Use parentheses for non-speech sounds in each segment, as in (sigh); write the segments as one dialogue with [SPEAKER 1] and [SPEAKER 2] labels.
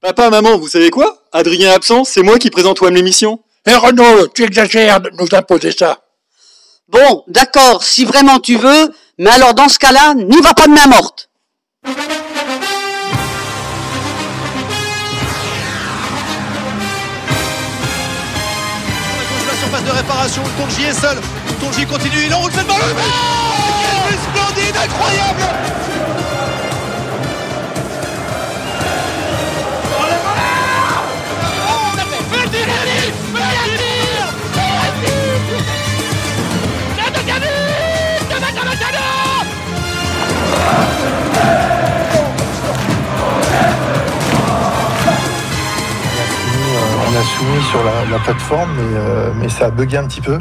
[SPEAKER 1] Papa, maman, vous savez quoi Adrien est absent, c'est moi qui présente WAM l'émission.
[SPEAKER 2] Eh Renaud, tu exagères de nous imposer ça.
[SPEAKER 3] Bon, d'accord, si vraiment tu veux, mais alors dans ce cas-là, n'y va pas de main morte.
[SPEAKER 4] La surface de réparation, Tourgy est seul. Tourgy continue, il enroule cette balle. Oh Quel but splendide, incroyable Oh,
[SPEAKER 5] On a soumis sur la, la plateforme, mais, euh, mais ça a bugué un petit peu.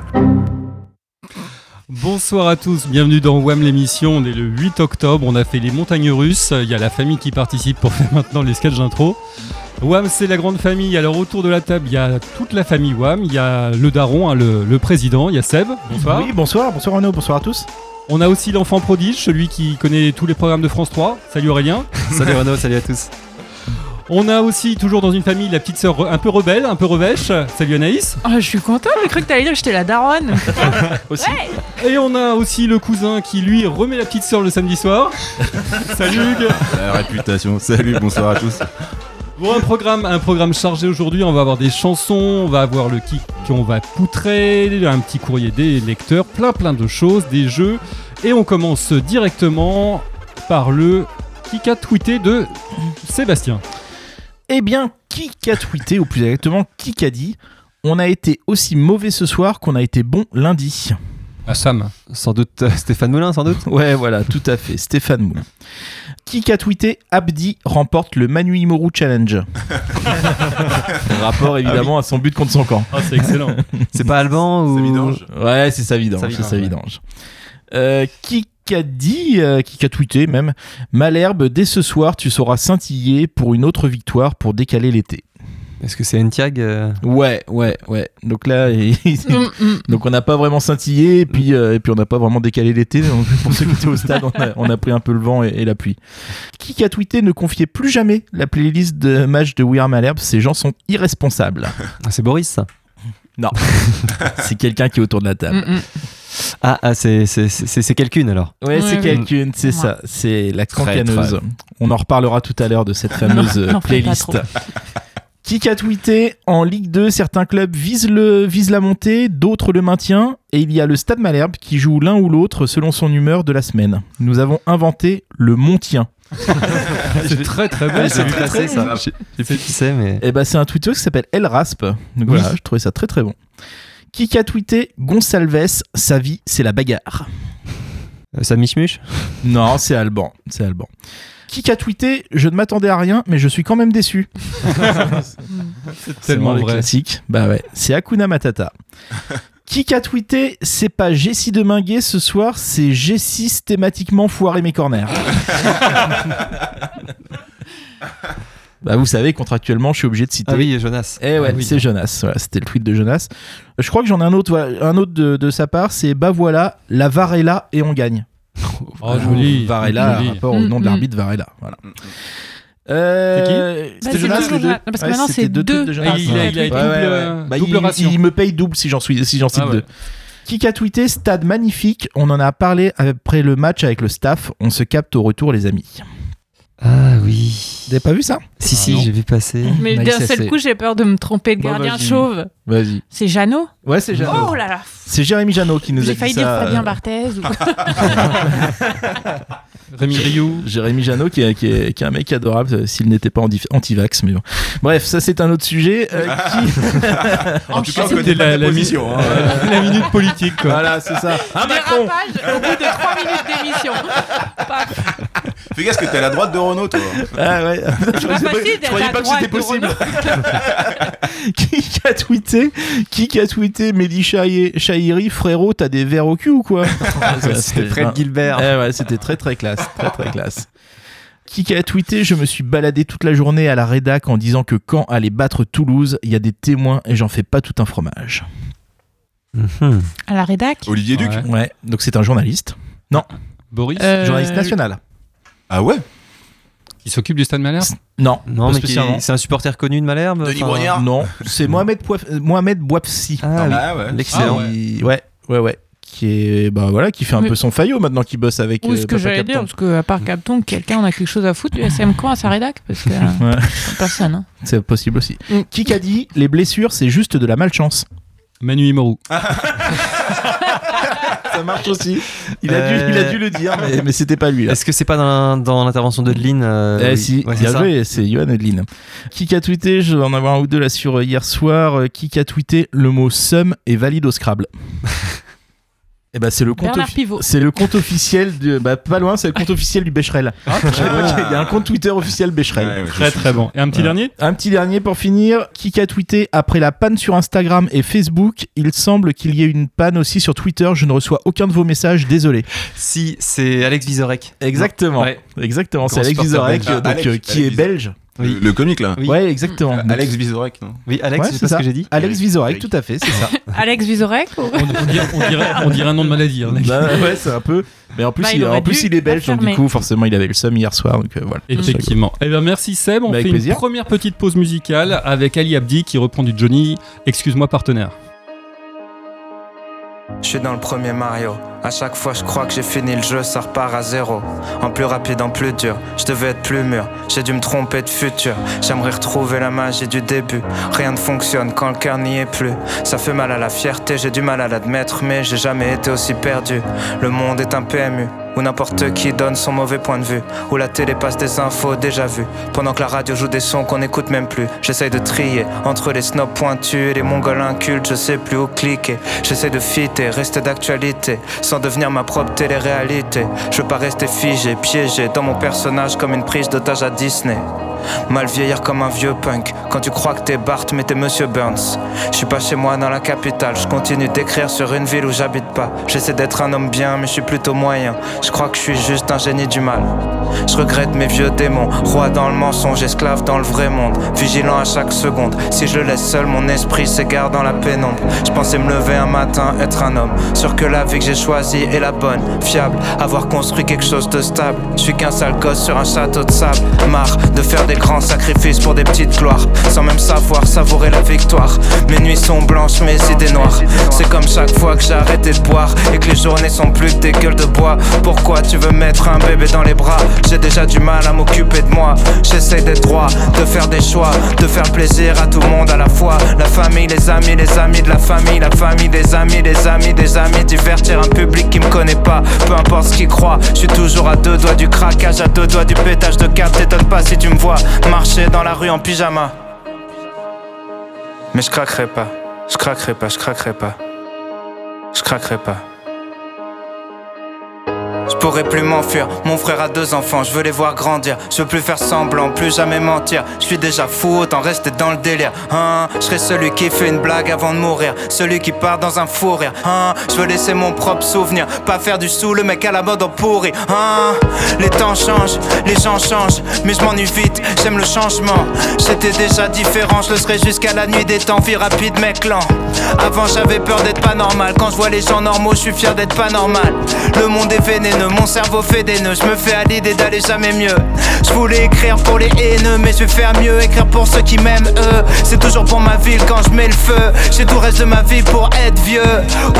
[SPEAKER 6] Bonsoir à tous, bienvenue dans WAM l'émission, on est le 8 octobre, on a fait les montagnes russes, il y a la famille qui participe pour faire maintenant les sketchs d'intro. WAM c'est la grande famille, alors autour de la table il y a toute la famille WAM, il y a le daron, hein, le, le président, il y a Seb, bonsoir.
[SPEAKER 7] Oui, bonsoir, bonsoir Renaud, bonsoir à tous.
[SPEAKER 6] On a aussi l'enfant prodige, celui qui connaît tous les programmes de France 3, salut Aurélien.
[SPEAKER 8] (laughs) Salut Renaud, salut à tous.
[SPEAKER 6] On a aussi toujours dans une famille la petite sœur re- un peu rebelle, un peu revêche, salut Anaïs.
[SPEAKER 9] Oh, je suis contente, j'ai cru que t'allais dire que j'étais la (laughs) daronne.
[SPEAKER 8] Aussi.
[SPEAKER 6] Et on a aussi le cousin qui lui remet la petite sœur le samedi soir, salut Hugues.
[SPEAKER 10] La réputation. Salut, bonsoir à tous.
[SPEAKER 6] Bon, un programme, un programme chargé aujourd'hui. On va avoir des chansons, on va avoir le kick qu'on va poutrer, un petit courrier des lecteurs, plein plein de choses, des jeux. Et on commence directement par le kick à tweeter de Sébastien.
[SPEAKER 7] Eh bien, qui a tweeté, ou plus exactement, qui a dit On a été aussi mauvais ce soir qu'on a été bon lundi. (laughs)
[SPEAKER 6] À Ah, Sam.
[SPEAKER 8] Sans doute euh, (laughs) Stéphane Moulin, sans doute.
[SPEAKER 7] Ouais, voilà, tout à fait, Stéphane Moulin. Qui a tweeté Abdi remporte le Manu Imoru (laughs) Challenge Rapport évidemment à son but contre son camp.
[SPEAKER 6] Ah, c'est excellent.
[SPEAKER 8] C'est
[SPEAKER 7] (laughs)
[SPEAKER 8] pas Alban ou.
[SPEAKER 7] Ouais, c'est sa vidange.
[SPEAKER 8] Sa
[SPEAKER 7] C'est sa
[SPEAKER 8] vidange,
[SPEAKER 7] vidange. Euh, qui a dit, euh, qui a tweeté même, Malherbe, dès ce soir, tu sauras scintiller pour une autre victoire pour décaler l'été.
[SPEAKER 8] Est-ce que c'est Entiag euh,
[SPEAKER 7] Ouais, ouais, ouais. Donc là, (laughs) il-
[SPEAKER 9] Hum, hum.
[SPEAKER 7] donc on n'a pas vraiment scintillé et puis, euh, et puis on n'a pas vraiment décalé l'été. Donc (laughs) pour ceux qui étaient au stade, on a, on a pris un peu le vent et, et la pluie. Qui a tweeté ne confiez plus jamais la playlist de match de We Are Malherbe. Ces gens sont (laughs) irresponsables.
[SPEAKER 8] ah, C'est Boris, ça.
[SPEAKER 7] C'est quelqu'un qui est autour de la table.
[SPEAKER 9] Hum, hum.
[SPEAKER 8] Ah, ah, c'est, c'est, c'est, c'est quelqu'un alors.
[SPEAKER 7] Ouais,
[SPEAKER 9] Ouais,
[SPEAKER 7] c'est
[SPEAKER 9] ouais.
[SPEAKER 7] quelqu'un, c'est
[SPEAKER 9] Ouais.
[SPEAKER 7] ça, c'est la
[SPEAKER 10] Traître.
[SPEAKER 7] cancaneuse. On en reparlera tout à l'heure de (laughs) cette fameuse euh,
[SPEAKER 9] n'en fais pas
[SPEAKER 7] playlist.
[SPEAKER 9] trop.
[SPEAKER 7] Qui a tweeté en Ligue 2, certains clubs visent, le, visent la montée, d'autres le maintien, et il y a le Stade Malherbe qui joue l'un ou l'autre selon son humeur de la semaine. Nous avons inventé le Montien.
[SPEAKER 6] C'est très très
[SPEAKER 8] Ah,
[SPEAKER 6] bien.
[SPEAKER 8] j'ai vu passer ça. Je je sais plus qui c'est, mais.
[SPEAKER 7] Et ben c'est un tweetos qui s'appelle El Rasp. Donc voilà, je trouvais ça très très bon. Qui a tweeté Gonsalves, sa vie c'est la bagarre.
[SPEAKER 8] Euh, Ça michmuche
[SPEAKER 7] Non, c'est Alban. C'est Alban. Qui a tweeté Je ne m'attendais à rien, mais je suis quand même déçu. (laughs)
[SPEAKER 6] C'est
[SPEAKER 7] C'est
[SPEAKER 6] tellement
[SPEAKER 7] vraiment le
[SPEAKER 6] vrai.
[SPEAKER 7] classique. Bah ouais, c'est
[SPEAKER 8] (laughs)
[SPEAKER 7] Hakuna Matata. Qui a tweeté C'est pas Jessie Deminguet ce soir, c'est Jessie thématiquement foiré
[SPEAKER 8] (laughs)
[SPEAKER 7] mes corners. bah vous savez, contractuellement, je suis obligé de citer.
[SPEAKER 8] Ah oui, Jonas.
[SPEAKER 7] Eh ouais,
[SPEAKER 8] Ah oui.
[SPEAKER 7] c'est Jonas. Voilà, c'était le tweet de Jonas. Je crois que j'en ai un autre, voilà, un autre de, de sa part. C'est bah voilà, la VAR est là et on gagne.
[SPEAKER 6] Oh, joli.
[SPEAKER 7] Varela,
[SPEAKER 6] joli.
[SPEAKER 7] rapport au
[SPEAKER 9] Mm,
[SPEAKER 7] nom de
[SPEAKER 9] mm.
[SPEAKER 7] l'arbitre Varela. Voilà.
[SPEAKER 10] Mm, mm.
[SPEAKER 7] Euh,
[SPEAKER 9] Bah, c'est toujours
[SPEAKER 7] les deux
[SPEAKER 9] Jonas. Non, parce que
[SPEAKER 7] Ouais,
[SPEAKER 9] maintenant,
[SPEAKER 7] c'était
[SPEAKER 9] c'est
[SPEAKER 7] deux
[SPEAKER 9] deux.
[SPEAKER 7] tweets de
[SPEAKER 6] Ah,
[SPEAKER 7] Jonas.
[SPEAKER 6] il a, il a
[SPEAKER 7] Ouais,
[SPEAKER 6] double,
[SPEAKER 7] ouais, ouais.
[SPEAKER 6] euh,
[SPEAKER 7] Bah,
[SPEAKER 6] double
[SPEAKER 7] il,
[SPEAKER 6] ration.
[SPEAKER 7] il me paye double si j'en suis- si j'en cite
[SPEAKER 6] Ah ouais.
[SPEAKER 7] deux. Qui a tweeté Stade magnifique, on en a parlé après le match avec le staff, on se capte au retour les amis.
[SPEAKER 8] Ah oui.
[SPEAKER 7] Vous avez pas vu ça
[SPEAKER 8] Si,
[SPEAKER 6] Ah, non.
[SPEAKER 8] si, j'ai vu
[SPEAKER 7] (laughs)
[SPEAKER 8] passer.
[SPEAKER 9] Mais
[SPEAKER 7] Bah,
[SPEAKER 9] d'un
[SPEAKER 7] ça,
[SPEAKER 9] seul
[SPEAKER 7] c'est-
[SPEAKER 9] coup, j'ai peur de me tromper de
[SPEAKER 7] Bah,
[SPEAKER 9] gardien
[SPEAKER 7] vas-y.
[SPEAKER 9] chauve.
[SPEAKER 7] Vas-y.
[SPEAKER 9] C'est Jeannot
[SPEAKER 7] Ouais, c'est Jeannot.
[SPEAKER 9] Oh là là
[SPEAKER 7] C'est Jérémy Jeannot qui nous a
[SPEAKER 9] J'ai
[SPEAKER 7] dit
[SPEAKER 9] failli
[SPEAKER 7] ça.
[SPEAKER 9] dire Fabien
[SPEAKER 7] euh,
[SPEAKER 9] Barthez.
[SPEAKER 7] (laughs)
[SPEAKER 9] ou-
[SPEAKER 6] Rémi (laughs) Rioux.
[SPEAKER 7] Euh, Jérémy Jeannot, qui est, qui est- qui est un mec adorable, euh, s'il n'était pas anti- anti-vax, mais bon. Bref, ça c'est un autre sujet. (laughs) euh, qui...
[SPEAKER 10] En tout cas, on
[SPEAKER 6] C'était
[SPEAKER 10] connaît
[SPEAKER 6] la-
[SPEAKER 10] pas
[SPEAKER 6] la
[SPEAKER 10] ta position. hein.
[SPEAKER 6] La minute politique, quoi.
[SPEAKER 7] voilà, c'est (laughs) ça. Un Macron
[SPEAKER 9] Dérapage au bout de 3 minutes
[SPEAKER 7] (laughs)
[SPEAKER 9] d'émission. Paf.
[SPEAKER 10] (laughs) Fais gaffe que t'es à la droite de Renault, toi.
[SPEAKER 7] Ah (laughs) ouais.
[SPEAKER 9] C'est pas facile d'être à droite de Renaud.
[SPEAKER 7] qui a tweeté Qui a tweeté Mehdi Chahi- Chahiri, frérot, t'as des verres au cul ou (laughs) quoi
[SPEAKER 8] C'était
[SPEAKER 7] un-
[SPEAKER 8] Fred Gilbert.
[SPEAKER 7] Eh ouais, c'était très très classe, très très classe. Qui a tweeté Je me suis baladé toute la journée à la rédac en disant que quand allait battre Toulouse, il y a des témoins et j'en fais pas tout un fromage.
[SPEAKER 8] Mhm.
[SPEAKER 9] À la rédac
[SPEAKER 10] (laughs) Olivier Duc.
[SPEAKER 6] Ouais.
[SPEAKER 7] Ouais, donc c'est un journaliste,
[SPEAKER 6] Boris.
[SPEAKER 9] Euh,
[SPEAKER 7] journaliste national.
[SPEAKER 10] Ah ouais
[SPEAKER 6] Qui s'occupe du Stade Malherbe
[SPEAKER 7] Non,
[SPEAKER 8] Non,
[SPEAKER 7] pas
[SPEAKER 8] mais qui-
[SPEAKER 7] spécialement.
[SPEAKER 8] c'est un supporter connu de Malherbe.
[SPEAKER 10] Denis
[SPEAKER 8] enfin,
[SPEAKER 10] Brognard.
[SPEAKER 7] Non, c'est Mohamed, Boif- Mohamed Bouafsi.
[SPEAKER 8] Ah, oui.
[SPEAKER 10] Ah ouais.
[SPEAKER 8] L'excellent.
[SPEAKER 6] Ah
[SPEAKER 7] Qui- ouais. ouais, ouais, Qui est, bah voilà, qui fait un
[SPEAKER 9] Mais-
[SPEAKER 7] peu son faillot maintenant, qui bosse avec.
[SPEAKER 9] Ou
[SPEAKER 7] euh,
[SPEAKER 9] ce que
[SPEAKER 7] Papa
[SPEAKER 9] j'allais
[SPEAKER 7] Captain.
[SPEAKER 9] dire, parce que à part Capton, quelqu'un en a quelque chose à foutre du SM coin à sa rédac Parce que
[SPEAKER 7] (laughs)
[SPEAKER 9] euh,
[SPEAKER 7] Ouais,
[SPEAKER 9] personne. hein.
[SPEAKER 7] c'est possible aussi.
[SPEAKER 9] Mm.
[SPEAKER 7] Qui qu'a dit les blessures, c'est juste de la malchance.
[SPEAKER 6] Manu Imoru.
[SPEAKER 7] Ça marche (laughs) aussi. Il a,
[SPEAKER 8] Euh,
[SPEAKER 7] dû, il a dû le dire, mais, mais c'était pas lui. Là.
[SPEAKER 8] Est-ce que c'est pas dans, dans l'intervention de Lynn euh,
[SPEAKER 7] Eh
[SPEAKER 8] oui.
[SPEAKER 7] si,
[SPEAKER 8] Ouais, c'est
[SPEAKER 7] bien
[SPEAKER 8] ça.
[SPEAKER 7] joué, c'est Johan Edlin. Qui qu'a tweeté, je vais en avoir un ou deux là sur euh, hier soir, euh, qui qu'a tweeté le mot sum est valide au Scrabble Eh ben c'est le compte
[SPEAKER 9] Bernard
[SPEAKER 7] offi-
[SPEAKER 9] Pivot.
[SPEAKER 7] c'est le compte officiel de bah pas loin, c'est le compte officiel du Becherel. (laughs) Il y a un compte Twitter officiel Becherel.
[SPEAKER 10] Ouais, ouais, je
[SPEAKER 6] Très
[SPEAKER 10] suis-
[SPEAKER 6] très bon. Et un petit
[SPEAKER 7] Ouais.
[SPEAKER 6] dernier
[SPEAKER 7] Un petit dernier pour finir, qui qu'a tweeté après la panne sur Instagram et Facebook, il semble qu'il y ait une panne aussi sur Twitter, je ne reçois aucun de vos messages, désolé.
[SPEAKER 8] Si, c'est Alex Vizorek.
[SPEAKER 7] Exactement.
[SPEAKER 8] Ouais.
[SPEAKER 7] Exactement, c'est
[SPEAKER 8] Grand
[SPEAKER 7] Alex
[SPEAKER 8] supporter
[SPEAKER 7] Vizorek
[SPEAKER 10] belge.
[SPEAKER 7] euh, donc,
[SPEAKER 10] Alex,
[SPEAKER 7] euh, qui
[SPEAKER 10] Alex
[SPEAKER 7] est belge.
[SPEAKER 8] Oui.
[SPEAKER 10] Le, le comique là.
[SPEAKER 8] Oui.
[SPEAKER 7] Ouais, exactement.
[SPEAKER 10] Euh, Alex Vizorek, non
[SPEAKER 8] Oui, Alex,
[SPEAKER 7] Ouais,
[SPEAKER 8] c'est
[SPEAKER 7] c'est
[SPEAKER 8] pas ce
[SPEAKER 7] ça.
[SPEAKER 8] que j'ai dit.
[SPEAKER 7] Alex Vizorek,
[SPEAKER 10] Eric.
[SPEAKER 7] tout à fait, c'est ça.
[SPEAKER 9] Alex Vizorek ou-
[SPEAKER 6] on, on dirait, on dirait- on dirait un nom de maladie. hein, mec.
[SPEAKER 7] (laughs) Bah,
[SPEAKER 8] Euh,
[SPEAKER 7] ouais, c'est un peu. Mais en plus,
[SPEAKER 9] Bah, il
[SPEAKER 7] il, en
[SPEAKER 9] aurait
[SPEAKER 7] plus
[SPEAKER 9] dû
[SPEAKER 7] il est belge, donc du
[SPEAKER 9] fermer.
[SPEAKER 7] coup, forcément, il avait le seum hier soir. Donc euh, voilà.
[SPEAKER 6] Effectivement. Eh bien, merci Seb. On
[SPEAKER 7] Bah, avec
[SPEAKER 6] fait
[SPEAKER 7] plaisir.
[SPEAKER 6] une première petite pause musicale avec Ali Abdi qui reprend du Johnny. Excuse-moi, partenaire.
[SPEAKER 11] Je suis dans le premier Mario. À chaque fois, je crois que j'ai fini le jeu, ça repart à zéro. En plus rapide, en plus dur. Je devais être plus mûr. J'ai dû me tromper de futur. J'aimerais retrouver la magie du début. Rien ne fonctionne quand le cœur n'y est plus. Ça fait mal à la fierté, j'ai du mal à l'admettre, mais j'ai jamais été aussi perdu. Le monde est un PMU. Où n'importe qui donne son mauvais point de vue. Où la télé passe des infos déjà vues. Pendant que la radio joue des sons qu'on n'écoute même plus. J'essaye de trier entre les snobs pointus et les mongols incultes. Je sais plus où cliquer. J'essaie de fitter, rester d'actualité, sans devenir ma propre télé-réalité. Je veux pas rester figé, piégé dans mon personnage comme une prise d'otage à Disney. Mal vieillir comme un vieux punk Quand tu crois que t'es Bart mais t'es Monsieur Burns Je suis pas chez moi dans la capitale Je continue d'écrire sur une ville où j'habite pas J'essaie d'être un homme bien mais je suis plutôt moyen Je crois que je suis juste un génie du mal Je regrette mes vieux démons Roi dans le mensonge, esclave dans le vrai monde Vigilant à chaque seconde Si je le laisse seul mon esprit s'égare dans la pénombre Je pensais me lever un matin, être un homme Sûr que la vie que j'ai choisie est la bonne Fiable, avoir construit quelque chose de stable Je suis qu'un sale gosse sur un château de sable Marre de faire des grands sacrifices pour des petites gloires Sans même savoir savourer la victoire Mes nuits sont blanches, mes idées noires C'est comme chaque fois que j'ai arrêté de boire Et que les journées sont plus que des gueules de bois Pourquoi tu veux mettre un bébé dans les bras J'ai déjà du mal à m'occuper de moi J'essaie d'être droit, de faire des choix De faire plaisir à tout le monde à la fois La famille, les amis, les amis de la famille La famille des amis, les amis des amis Divertir un public qui me connaît pas Peu importe ce qu'il croit, je suis toujours à deux doigts du craquage À deux doigts du pétage de cap T'étonnes pas si tu me vois marcher dans la rue en pyjama Mais je craquerai pas, je craquerai pas, je craquerai pas Je craquerai pas je pourrais plus m'enfuir, mon frère a deux enfants, je veux les voir grandir. Je veux plus faire semblant, plus jamais mentir. Je suis déjà fou, autant rester dans le délire. Hein, je serai celui qui fait une blague avant de mourir, celui qui part dans un fou rire. Hein, je veux laisser mon propre souvenir, pas faire du sous le mec à la mode en pourri. Hein, les temps changent, les gens changent, mais je m'ennuie vite, j'aime le changement. J'étais déjà différent, je le serai jusqu'à la nuit des temps, vie rapide, mec lent. Avant j'avais peur d'être pas normal, quand je vois les gens normaux, je suis fier d'être pas normal. Le monde est vénéneux, mon cerveau fait des nœuds, je me fais à l'idée d'aller jamais mieux. Je voulais écrire pour les haineux, mais je vais faire mieux, écrire pour ceux qui m'aiment eux. C'est toujours pour ma ville quand je mets le feu. J'ai tout le reste de ma vie pour être vieux.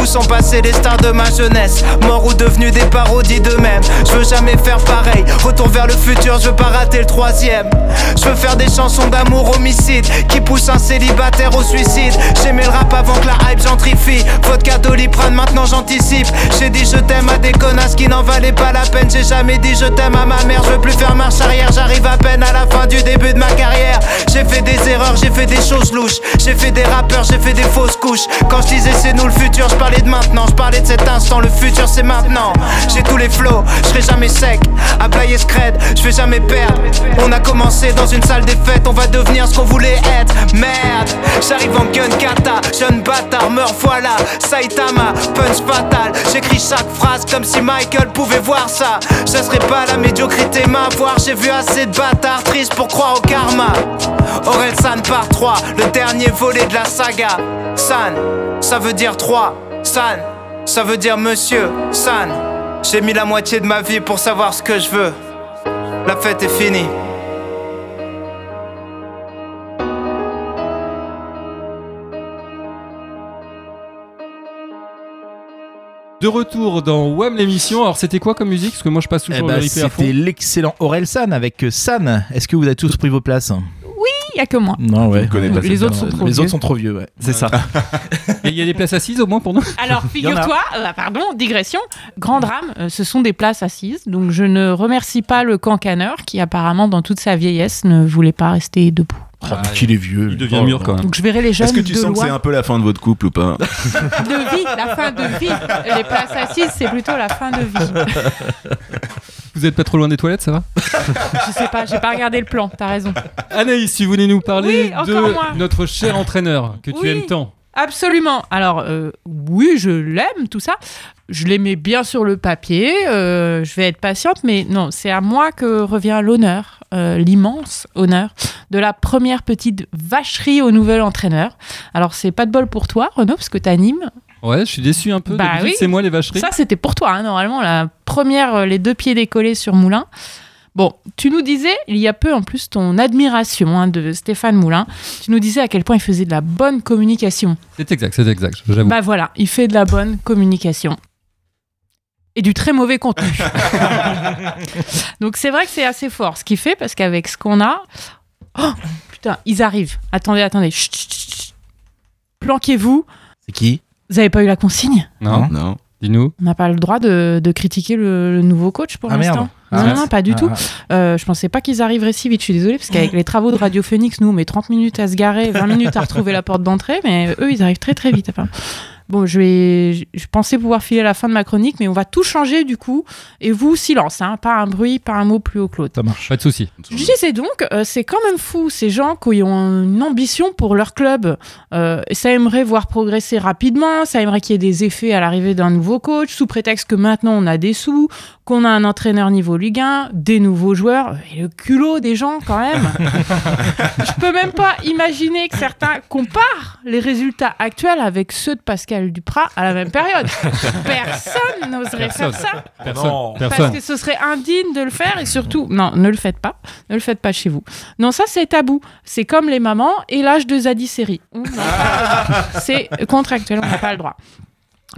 [SPEAKER 11] Où sont passés les stars de ma jeunesse Morts ou devenus des parodies d'eux-mêmes. Je veux jamais faire pareil, retour vers le futur, je veux pas rater le troisième. Je veux faire des chansons d'amour homicide qui poussent un célibataire au suicide. J'aimais le rap avant que la hype gentrifie. Vodka doliprane, maintenant j'anticipe. J'ai dit je t'aime à des connasses qui n'en valaient pas la peine. J'ai jamais dit je t'aime à ma mère. Je veux plus faire marche arrière. J'arrive à peine à la fin du début de ma carrière. J'ai fait des erreurs, j'ai fait des choses louches. J'ai fait des rappeurs, j'ai fait des fausses couches. Quand je disais c'est nous le futur, je parlais de maintenant. Je parlais de cet instant, le futur c'est maintenant. J'ai tous les flots, je serai jamais sec. À Playa Scred, je vais jamais perdre. On a commencé dans une salle des fêtes, on va devenir ce qu'on voulait être. Merde, j'arrive en gun kata, jeune bâtard, meurs voilà. Saitama, punch fatal. J'écris chaque phrase comme si Michael pouvait voir ça. Je serai pas la médiocrité m'avoir. J'ai vu assez de bâtards tristes pour croire au karma. Aurel San par 3, le dernier volet de la saga. San, ça veut dire 3. San, ça veut dire monsieur. San, j'ai mis la moitié de ma vie pour savoir ce que je veux. La fête est finie.
[SPEAKER 6] De retour dans WAM l'émission. Alors, c'était quoi comme musique Parce que moi, je passe toujours
[SPEAKER 7] Eh ben,
[SPEAKER 6] le replay à fond.
[SPEAKER 7] C'était l'excellent Aurel San avec euh, San. Est-ce que vous avez tous pris vos places
[SPEAKER 9] Il y a que moi.
[SPEAKER 7] Non, ouais.
[SPEAKER 10] connais pas
[SPEAKER 9] Les
[SPEAKER 10] cette
[SPEAKER 9] autres
[SPEAKER 10] bande.
[SPEAKER 9] sont trop
[SPEAKER 7] Les
[SPEAKER 9] vieux.
[SPEAKER 7] autres sont trop vieux, ouais. Ah,
[SPEAKER 8] C'est ça.
[SPEAKER 6] Et il y a des places assises au moins pour nous
[SPEAKER 9] (laughs) Alors, figure-toi, euh, pardon, digression, grand drame, euh, ce sont des places assises. Donc, je ne remercie pas le cancaneur qui, apparemment, dans toute sa vieillesse, ne voulait pas rester debout.
[SPEAKER 7] Oh, mais oh, qu'il est vieux.
[SPEAKER 6] Il devient mûr quand même.
[SPEAKER 9] Donc, je verrai les jeunes
[SPEAKER 10] Est-ce que tu
[SPEAKER 9] de,
[SPEAKER 10] sens que
[SPEAKER 9] loi-
[SPEAKER 10] c'est un peu la fin de votre couple ou pas
[SPEAKER 9] de vie, la fin de vie. Les places assises, c'est plutôt la fin de vie.
[SPEAKER 6] Vous êtes pas trop loin des toilettes, ça va
[SPEAKER 9] (laughs) Je sais pas, j'ai pas regardé le plan, t'as raison.
[SPEAKER 6] Anaïs, tu voulais nous parler
[SPEAKER 9] Oui, encore moi.
[SPEAKER 6] de notre cher entraîneur que tu
[SPEAKER 9] Oui.
[SPEAKER 6] aimes tant.
[SPEAKER 9] Absolument. Alors, euh, oui, je l'aime, tout ça. Je l'aimais bien sur le papier. euh, je vais être patiente, mais non, c'est à moi que revient l'honneur, euh, l'immense honneur de la première petite vacherie au nouvel entraîneur. Alors, c'est pas de bol pour toi, Renaud, parce que t'animes.
[SPEAKER 6] Ouais, je suis déçu un peu.
[SPEAKER 9] Bah
[SPEAKER 6] D'habitude,
[SPEAKER 9] oui.
[SPEAKER 6] C'est moi les vacheries.
[SPEAKER 9] Ça, c'était pour toi, hein, normalement, la première, euh, les deux pieds décollés sur Moulin. Bon, tu nous disais, il y a peu en plus, ton admiration hein, de Stéphane Moulin. Tu nous disais à quel point il faisait de la bonne communication.
[SPEAKER 6] C'est exact, c'est exact.
[SPEAKER 7] Ah
[SPEAKER 6] J'avoue.
[SPEAKER 9] Bah voilà, il fait de la bonne communication. Et du très mauvais
[SPEAKER 7] (laughs)
[SPEAKER 9] contenu. Donc c'est vrai que c'est assez fort ce qu'il fait parce qu'avec ce qu'on a. Oh putain, ils arrivent. Attendez, attendez. Chut, chut, chut, chut. Planquez-vous.
[SPEAKER 7] C'est qui
[SPEAKER 9] Vous n'avez pas eu la consigne
[SPEAKER 6] Non,
[SPEAKER 10] Non.
[SPEAKER 6] dis-nous.
[SPEAKER 9] On n'a pas le droit de, de critiquer le, le nouveau coach pour
[SPEAKER 7] Ah, merde.
[SPEAKER 9] l'instant.
[SPEAKER 7] Ah,
[SPEAKER 9] non,
[SPEAKER 7] merde.
[SPEAKER 9] non, pas du tout. Euh, je pensais pas qu'ils arriveraient si vite, je suis désolée, parce qu'avec les travaux de Radio Phoenix, nous, on met 30 minutes à se garer, 20 minutes à retrouver la porte d'entrée, mais eux, ils arrivent très très vite. apparemment. Bon, je vais. je- Je pensais pouvoir filer la fin de ma chronique, mais on va tout changer du coup. Et vous, silence, hein, pas un bruit, pas un mot plus haut que l'autre.
[SPEAKER 7] Ça marche.
[SPEAKER 6] Pas de soucis.
[SPEAKER 9] Je disais donc, euh, c'est quand même fou ces gens qui ont une ambition pour leur club. Euh, ça aimerait voir progresser rapidement, ça aimerait qu'il y ait des effets à l'arrivée d'un nouveau coach, sous prétexte que maintenant on a des sous, qu'on a un entraîneur niveau Ligue 1, des nouveaux joueurs, et le culot des gens quand même. Je peux même pas imaginer que certains comparent les résultats actuels avec ceux de Pascal Duprat à la même période. Personne n'oserait faire ça.
[SPEAKER 6] Personne.
[SPEAKER 7] non.
[SPEAKER 6] Personne.
[SPEAKER 9] Parce que ce serait indigne de le faire et surtout, non, ne le faites pas. Ne le faites pas chez vous. Non, ça, c'est tabou. C'est comme les mamans et l'âge de Zadie Seri. On n'a pas le droit. C'est contractuel, on n'a pas le droit.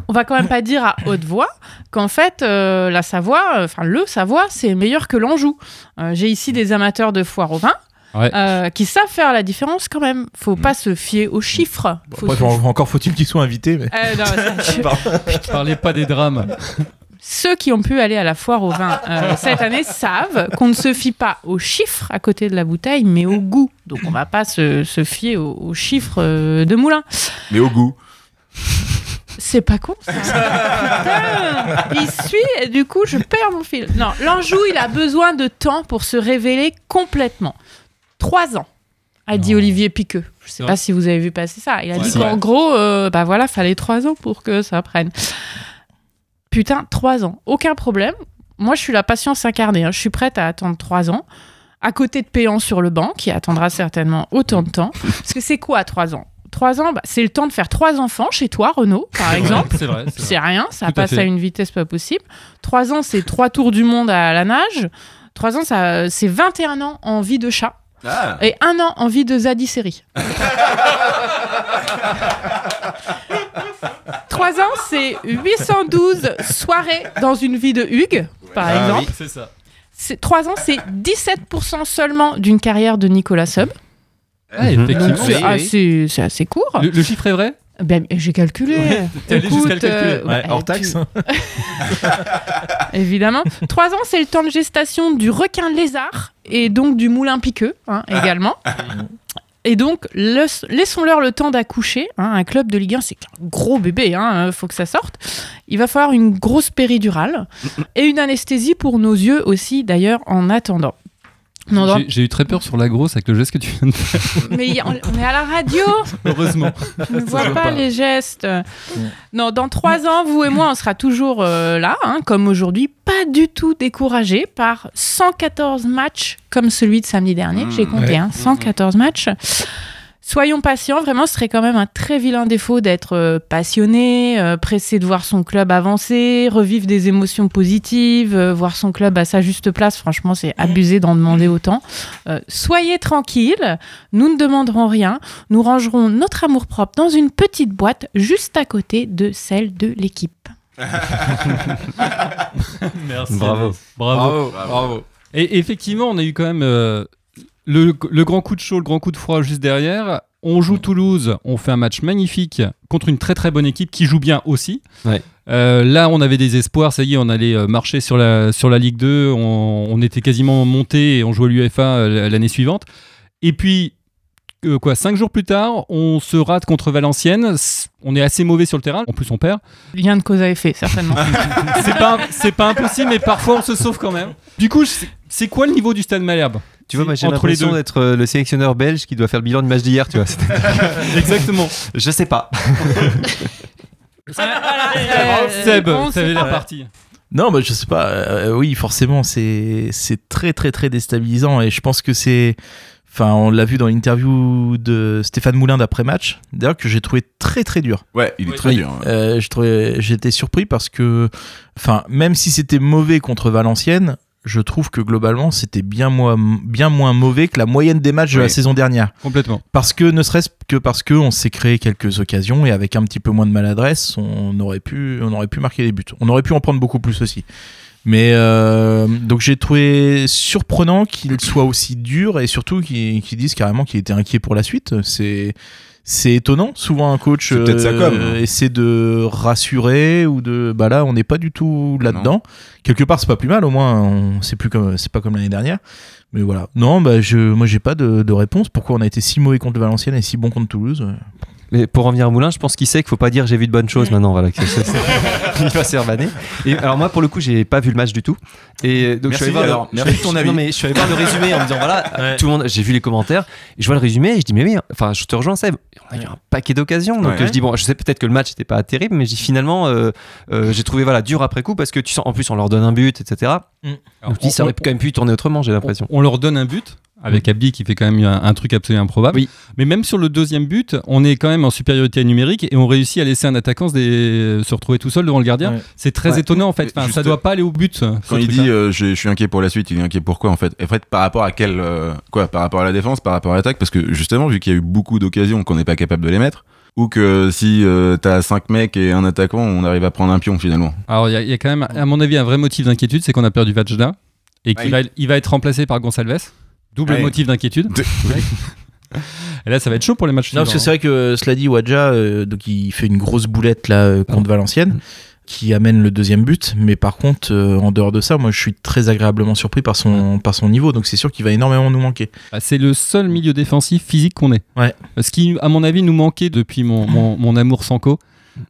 [SPEAKER 9] On va quand même pas dire à haute voix qu'en fait, euh, la Savoie, euh, enfin le Savoie, c'est meilleur que l'Anjou. Euh, J'ai ici des amateurs de foire au vin
[SPEAKER 6] Ouais. Mm.
[SPEAKER 9] euh, qui savent faire la différence quand même. Faut pas se fier aux chiffres. Faut
[SPEAKER 7] Après,
[SPEAKER 9] se-
[SPEAKER 7] faut- encore faut-il qu'ils soient invités. Mais...
[SPEAKER 9] Euh, non, ça-
[SPEAKER 6] Parlez pas des drames.
[SPEAKER 9] ceux qui ont pu aller à la foire au vin euh, cette année savent qu'on ne se fie pas aux chiffres à côté de la bouteille, mais au goût. Donc on va pas se, se fier aux, aux chiffres euh, de Moulin.
[SPEAKER 10] Mais au goût.
[SPEAKER 9] C'est pas con ça. Putain, il suit et du coup je perds mon fil. Non, l'Anjou il a besoin de temps pour se révéler complètement. Trois ans, a dit
[SPEAKER 6] Non.
[SPEAKER 9] Olivier Piqueux. Je sais
[SPEAKER 6] Non.
[SPEAKER 9] pas si vous avez vu passer ça. Il a
[SPEAKER 6] Ouais.
[SPEAKER 9] dit
[SPEAKER 6] Si.
[SPEAKER 9] qu'en gros, euh, bah voilà, fallait trois ans pour que ça prenne. Putain, trois ans, aucun problème. Moi je suis la patience incarnée. hein. Je suis prête à attendre trois ans. À côté de Péan sur le banc, qui attendra certainement autant de temps. Parce que c'est quoi trois ans Trois ans, bah, c'est le temps de faire trois enfants chez toi, Renaud,
[SPEAKER 6] (laughs)
[SPEAKER 9] par exemple.
[SPEAKER 6] C'est vrai. c'est vrai.
[SPEAKER 9] C'est rien, ça
[SPEAKER 6] Tout à
[SPEAKER 9] passe
[SPEAKER 6] fait.
[SPEAKER 9] à une vitesse pas possible. Trois ans, c'est trois tours du monde à la nage. Trois ans, ça, c'est 21 ans en vie de chat.
[SPEAKER 10] Ah
[SPEAKER 9] Et un an en vie de Zadie Seri. (laughs) Trois ans, c'est 812 soirées dans une vie de Hugues, par
[SPEAKER 10] Ah
[SPEAKER 9] exemple.
[SPEAKER 10] oui.
[SPEAKER 6] C'est ça.
[SPEAKER 9] C'est- Trois ans, c'est 17% seulement d'une carrière de Nicolas Sub.
[SPEAKER 6] Ouais,
[SPEAKER 8] Mhm.
[SPEAKER 9] Donc,
[SPEAKER 6] Ah, effectivement.
[SPEAKER 9] c'est assez, c'est assez court.
[SPEAKER 6] Le, le chiffre est vrai
[SPEAKER 9] Ben, j'ai calculé.
[SPEAKER 6] t'es allé jusqu'à le
[SPEAKER 9] Écoute, euh,
[SPEAKER 6] calculer.
[SPEAKER 9] ouais,
[SPEAKER 7] Ouais, hors
[SPEAKER 9] tu-
[SPEAKER 7] taxe. hein.
[SPEAKER 9] évidemment. Trois ans, c'est le temps de gestation du requin lézard et donc du moulin piqueux hein, également. Et donc, le- laissons-leur le temps d'accoucher. hein. un club de Ligue 1, c'est un gros bébé, hein, euh, faut que ça sorte. Il va falloir une grosse péridurale et une anesthésie pour nos yeux aussi, d'ailleurs, en attendant. Non, non,
[SPEAKER 6] J'ai- J'ai eu très peur sur la grosse avec le geste que tu viens de faire.
[SPEAKER 9] mais il y a- on on est à la radio,
[SPEAKER 6] Heureusement.
[SPEAKER 9] je ne vois
[SPEAKER 7] va
[SPEAKER 9] pas
[SPEAKER 7] pas.
[SPEAKER 9] les gestes. Non, dans trois ans, vous et moi, on sera toujours euh, là, hein, comme aujourd'hui, pas du tout découragés par 114 matchs comme celui de samedi dernier. J'ai compté,
[SPEAKER 7] Ouais.
[SPEAKER 9] hein, 114 matchs. Soyons patients, vraiment, ce serait quand même un très vilain défaut d'être euh, passionné, euh, pressé de voir son club avancer, revivre des émotions positives, euh, voir son club à sa juste place. Franchement, c'est abusé d'en demander autant. Euh, soyez tranquilles, nous ne demanderons rien. Nous rangerons notre amour-propre dans une petite boîte juste à côté de celle de l'équipe.
[SPEAKER 6] (laughs) Merci.
[SPEAKER 8] Bravo.
[SPEAKER 12] Bravo,
[SPEAKER 6] Bravo.
[SPEAKER 12] bravo.
[SPEAKER 6] Et effectivement, on a eu quand même euh, le, le grand coup de chaud, le grand coup de froid juste derrière. On joue Toulouse, on fait un match magnifique contre une très très bonne équipe qui joue bien aussi.
[SPEAKER 8] Ouais.
[SPEAKER 6] Euh, là, on avait des espoirs, ça y est, on allait euh, marcher sur la, sur la Ligue 2, on, on était quasiment monté et on jouait l'UFA euh, l'année suivante. Et puis, euh, quoi, cinq jours plus tard, on se rate contre Valenciennes, S- on est assez mauvais sur le terrain, en plus on perd.
[SPEAKER 9] Lien de cause à effet,
[SPEAKER 7] (laughs)
[SPEAKER 9] certainement.
[SPEAKER 6] C'est pas, c'est pas impossible, mais parfois on se sauve quand même. Du coup, c'est- c'est quoi le niveau du stade Malherbe
[SPEAKER 8] Tu vois, moi, j'ai
[SPEAKER 6] Entre les
[SPEAKER 8] l'impression
[SPEAKER 6] deux.
[SPEAKER 8] d'être euh, le sélectionneur belge qui doit faire le bilan du match d'hier, tu vois.
[SPEAKER 6] Exactement.
[SPEAKER 8] Je sais pas.
[SPEAKER 6] Seb, ça avait l'air parti.
[SPEAKER 7] Non, mais je sais pas. euh, oui, forcément, c'est c'est très très très déstabilisant et je pense que c'est. Enfin, on l'a vu dans l'interview de Stéphane Moulin d'après match, d'ailleurs que j'ai trouvé très très dur.
[SPEAKER 10] Ouais, il est très dur, ouais.
[SPEAKER 7] Euh, je trouvais- j'étais surpris parce que, enfin, même si c'était mauvais contre Valenciennes, je trouve que globalement c'était bien moins bien moins mauvais que la moyenne des matchs de la
[SPEAKER 6] Oui.
[SPEAKER 7] saison dernière.
[SPEAKER 6] Complètement.
[SPEAKER 7] Parce que ne serait-ce que parce que on s'est créé quelques occasions et avec un petit peu moins de maladresse, on aurait pu on aurait pu marquer des buts. On aurait pu en prendre beaucoup plus aussi. Mais euh, donc j'ai trouvé surprenant qu'il soit aussi dur et surtout qu'il qu'il dise carrément qu'il était inquiet pour la suite. C'est c'est étonnant. Souvent un coach euh,
[SPEAKER 10] C'est peut-être sa com.
[SPEAKER 7] essaie de rassurer ou de bah là on n'est pas du tout là-dedans. Quelque part c'est pas plus mal au moins. On c'est plus comme c'est pas comme l'année dernière. Mais voilà. Non bah je moi j'ai pas de, de réponse. Pourquoi on a été si mauvais contre Valenciennes et si bon contre Toulouse Euh,
[SPEAKER 8] Mais pour en venir à Moulin, je pense qu'il sait qu'il faut pas dire j'ai vu de bonnes choses maintenant. Voilà, que ça, (laughs) c'est- il va se faire vanner. Et alors moi, pour le coup, j'ai pas vu le match du tout. Et donc je suis
[SPEAKER 10] Merci,
[SPEAKER 8] allé voir,
[SPEAKER 10] alors.
[SPEAKER 8] le- je
[SPEAKER 10] Merci
[SPEAKER 8] suis
[SPEAKER 10] de ton
[SPEAKER 8] allé-
[SPEAKER 10] avis.
[SPEAKER 8] non, mais je suis allé voir le résumé en me disant voilà, tout le monde. J'ai vu les commentaires. Et je vois le résumé et je dis mais oui. Enfin, je te rejoins Seb. On a eu un paquet d'occasions. Donc
[SPEAKER 10] Ouais.
[SPEAKER 8] je dis bon, je sais peut-être que le match n'était pas terrible, mais je dis, finalement, euh, euh, j'ai trouvé voilà dur après coup parce que tu sens. En plus, on leur donne un but, etc.
[SPEAKER 7] Mm.
[SPEAKER 8] Donc, je dis, ça aurait quand même pu tourner autrement. J'ai l'impression.
[SPEAKER 6] On leur donne un but avec Abdi qui fait quand même un, un truc absolument improbable.
[SPEAKER 8] Oui.
[SPEAKER 6] Mais même sur le deuxième but, on est quand même en supériorité numérique et on réussit à laisser un attaquant se, dé- se retrouver tout seul devant le gardien.
[SPEAKER 7] Ouais.
[SPEAKER 6] C'est très
[SPEAKER 8] Ouais.
[SPEAKER 6] étonnant en fait. Enfin,
[SPEAKER 10] Juste-
[SPEAKER 6] ça doit pas aller au but. ce hein.
[SPEAKER 10] Quand il
[SPEAKER 6] truc-là.
[SPEAKER 10] dit euh, je, je suis inquiet pour la suite, il est inquiet pourquoi en fait Et en fait, par rapport à quel euh, quoi Par rapport à la défense, par rapport à l'attaque, parce que justement, vu qu'il y a eu beaucoup d'occasions qu'on n'est pas capable de les mettre, ou que si euh, t'as 5 mecs et un attaquant, on arrive à prendre un pion finalement.
[SPEAKER 6] Alors il y, a- il y a quand même, à mon avis, un vrai motif d'inquiétude, c'est qu'on a perdu Vajda et qu'il
[SPEAKER 10] Ouais.
[SPEAKER 6] va, il va être remplacé par Gonçalves. Double
[SPEAKER 10] Ouais.
[SPEAKER 6] motif d'inquiétude.
[SPEAKER 10] De-
[SPEAKER 6] (laughs) Et là, ça va être chaud pour les matchs
[SPEAKER 7] Non, parce que
[SPEAKER 6] suivants.
[SPEAKER 7] c'est vrai que cela dit, Wadja, euh, donc il fait une grosse boulette là euh, contre Valenciennes, qui amène le deuxième but. Mais par contre, euh, en dehors de ça, moi, je suis très agréablement surpris par son par son niveau. Donc c'est sûr qu'il va énormément nous manquer.
[SPEAKER 6] Bah, C'est le seul milieu défensif physique qu'on ait. Euh,
[SPEAKER 7] Ouais.
[SPEAKER 6] Ce qui, à mon avis, nous manquait depuis mon, mon, mon amour Sanko.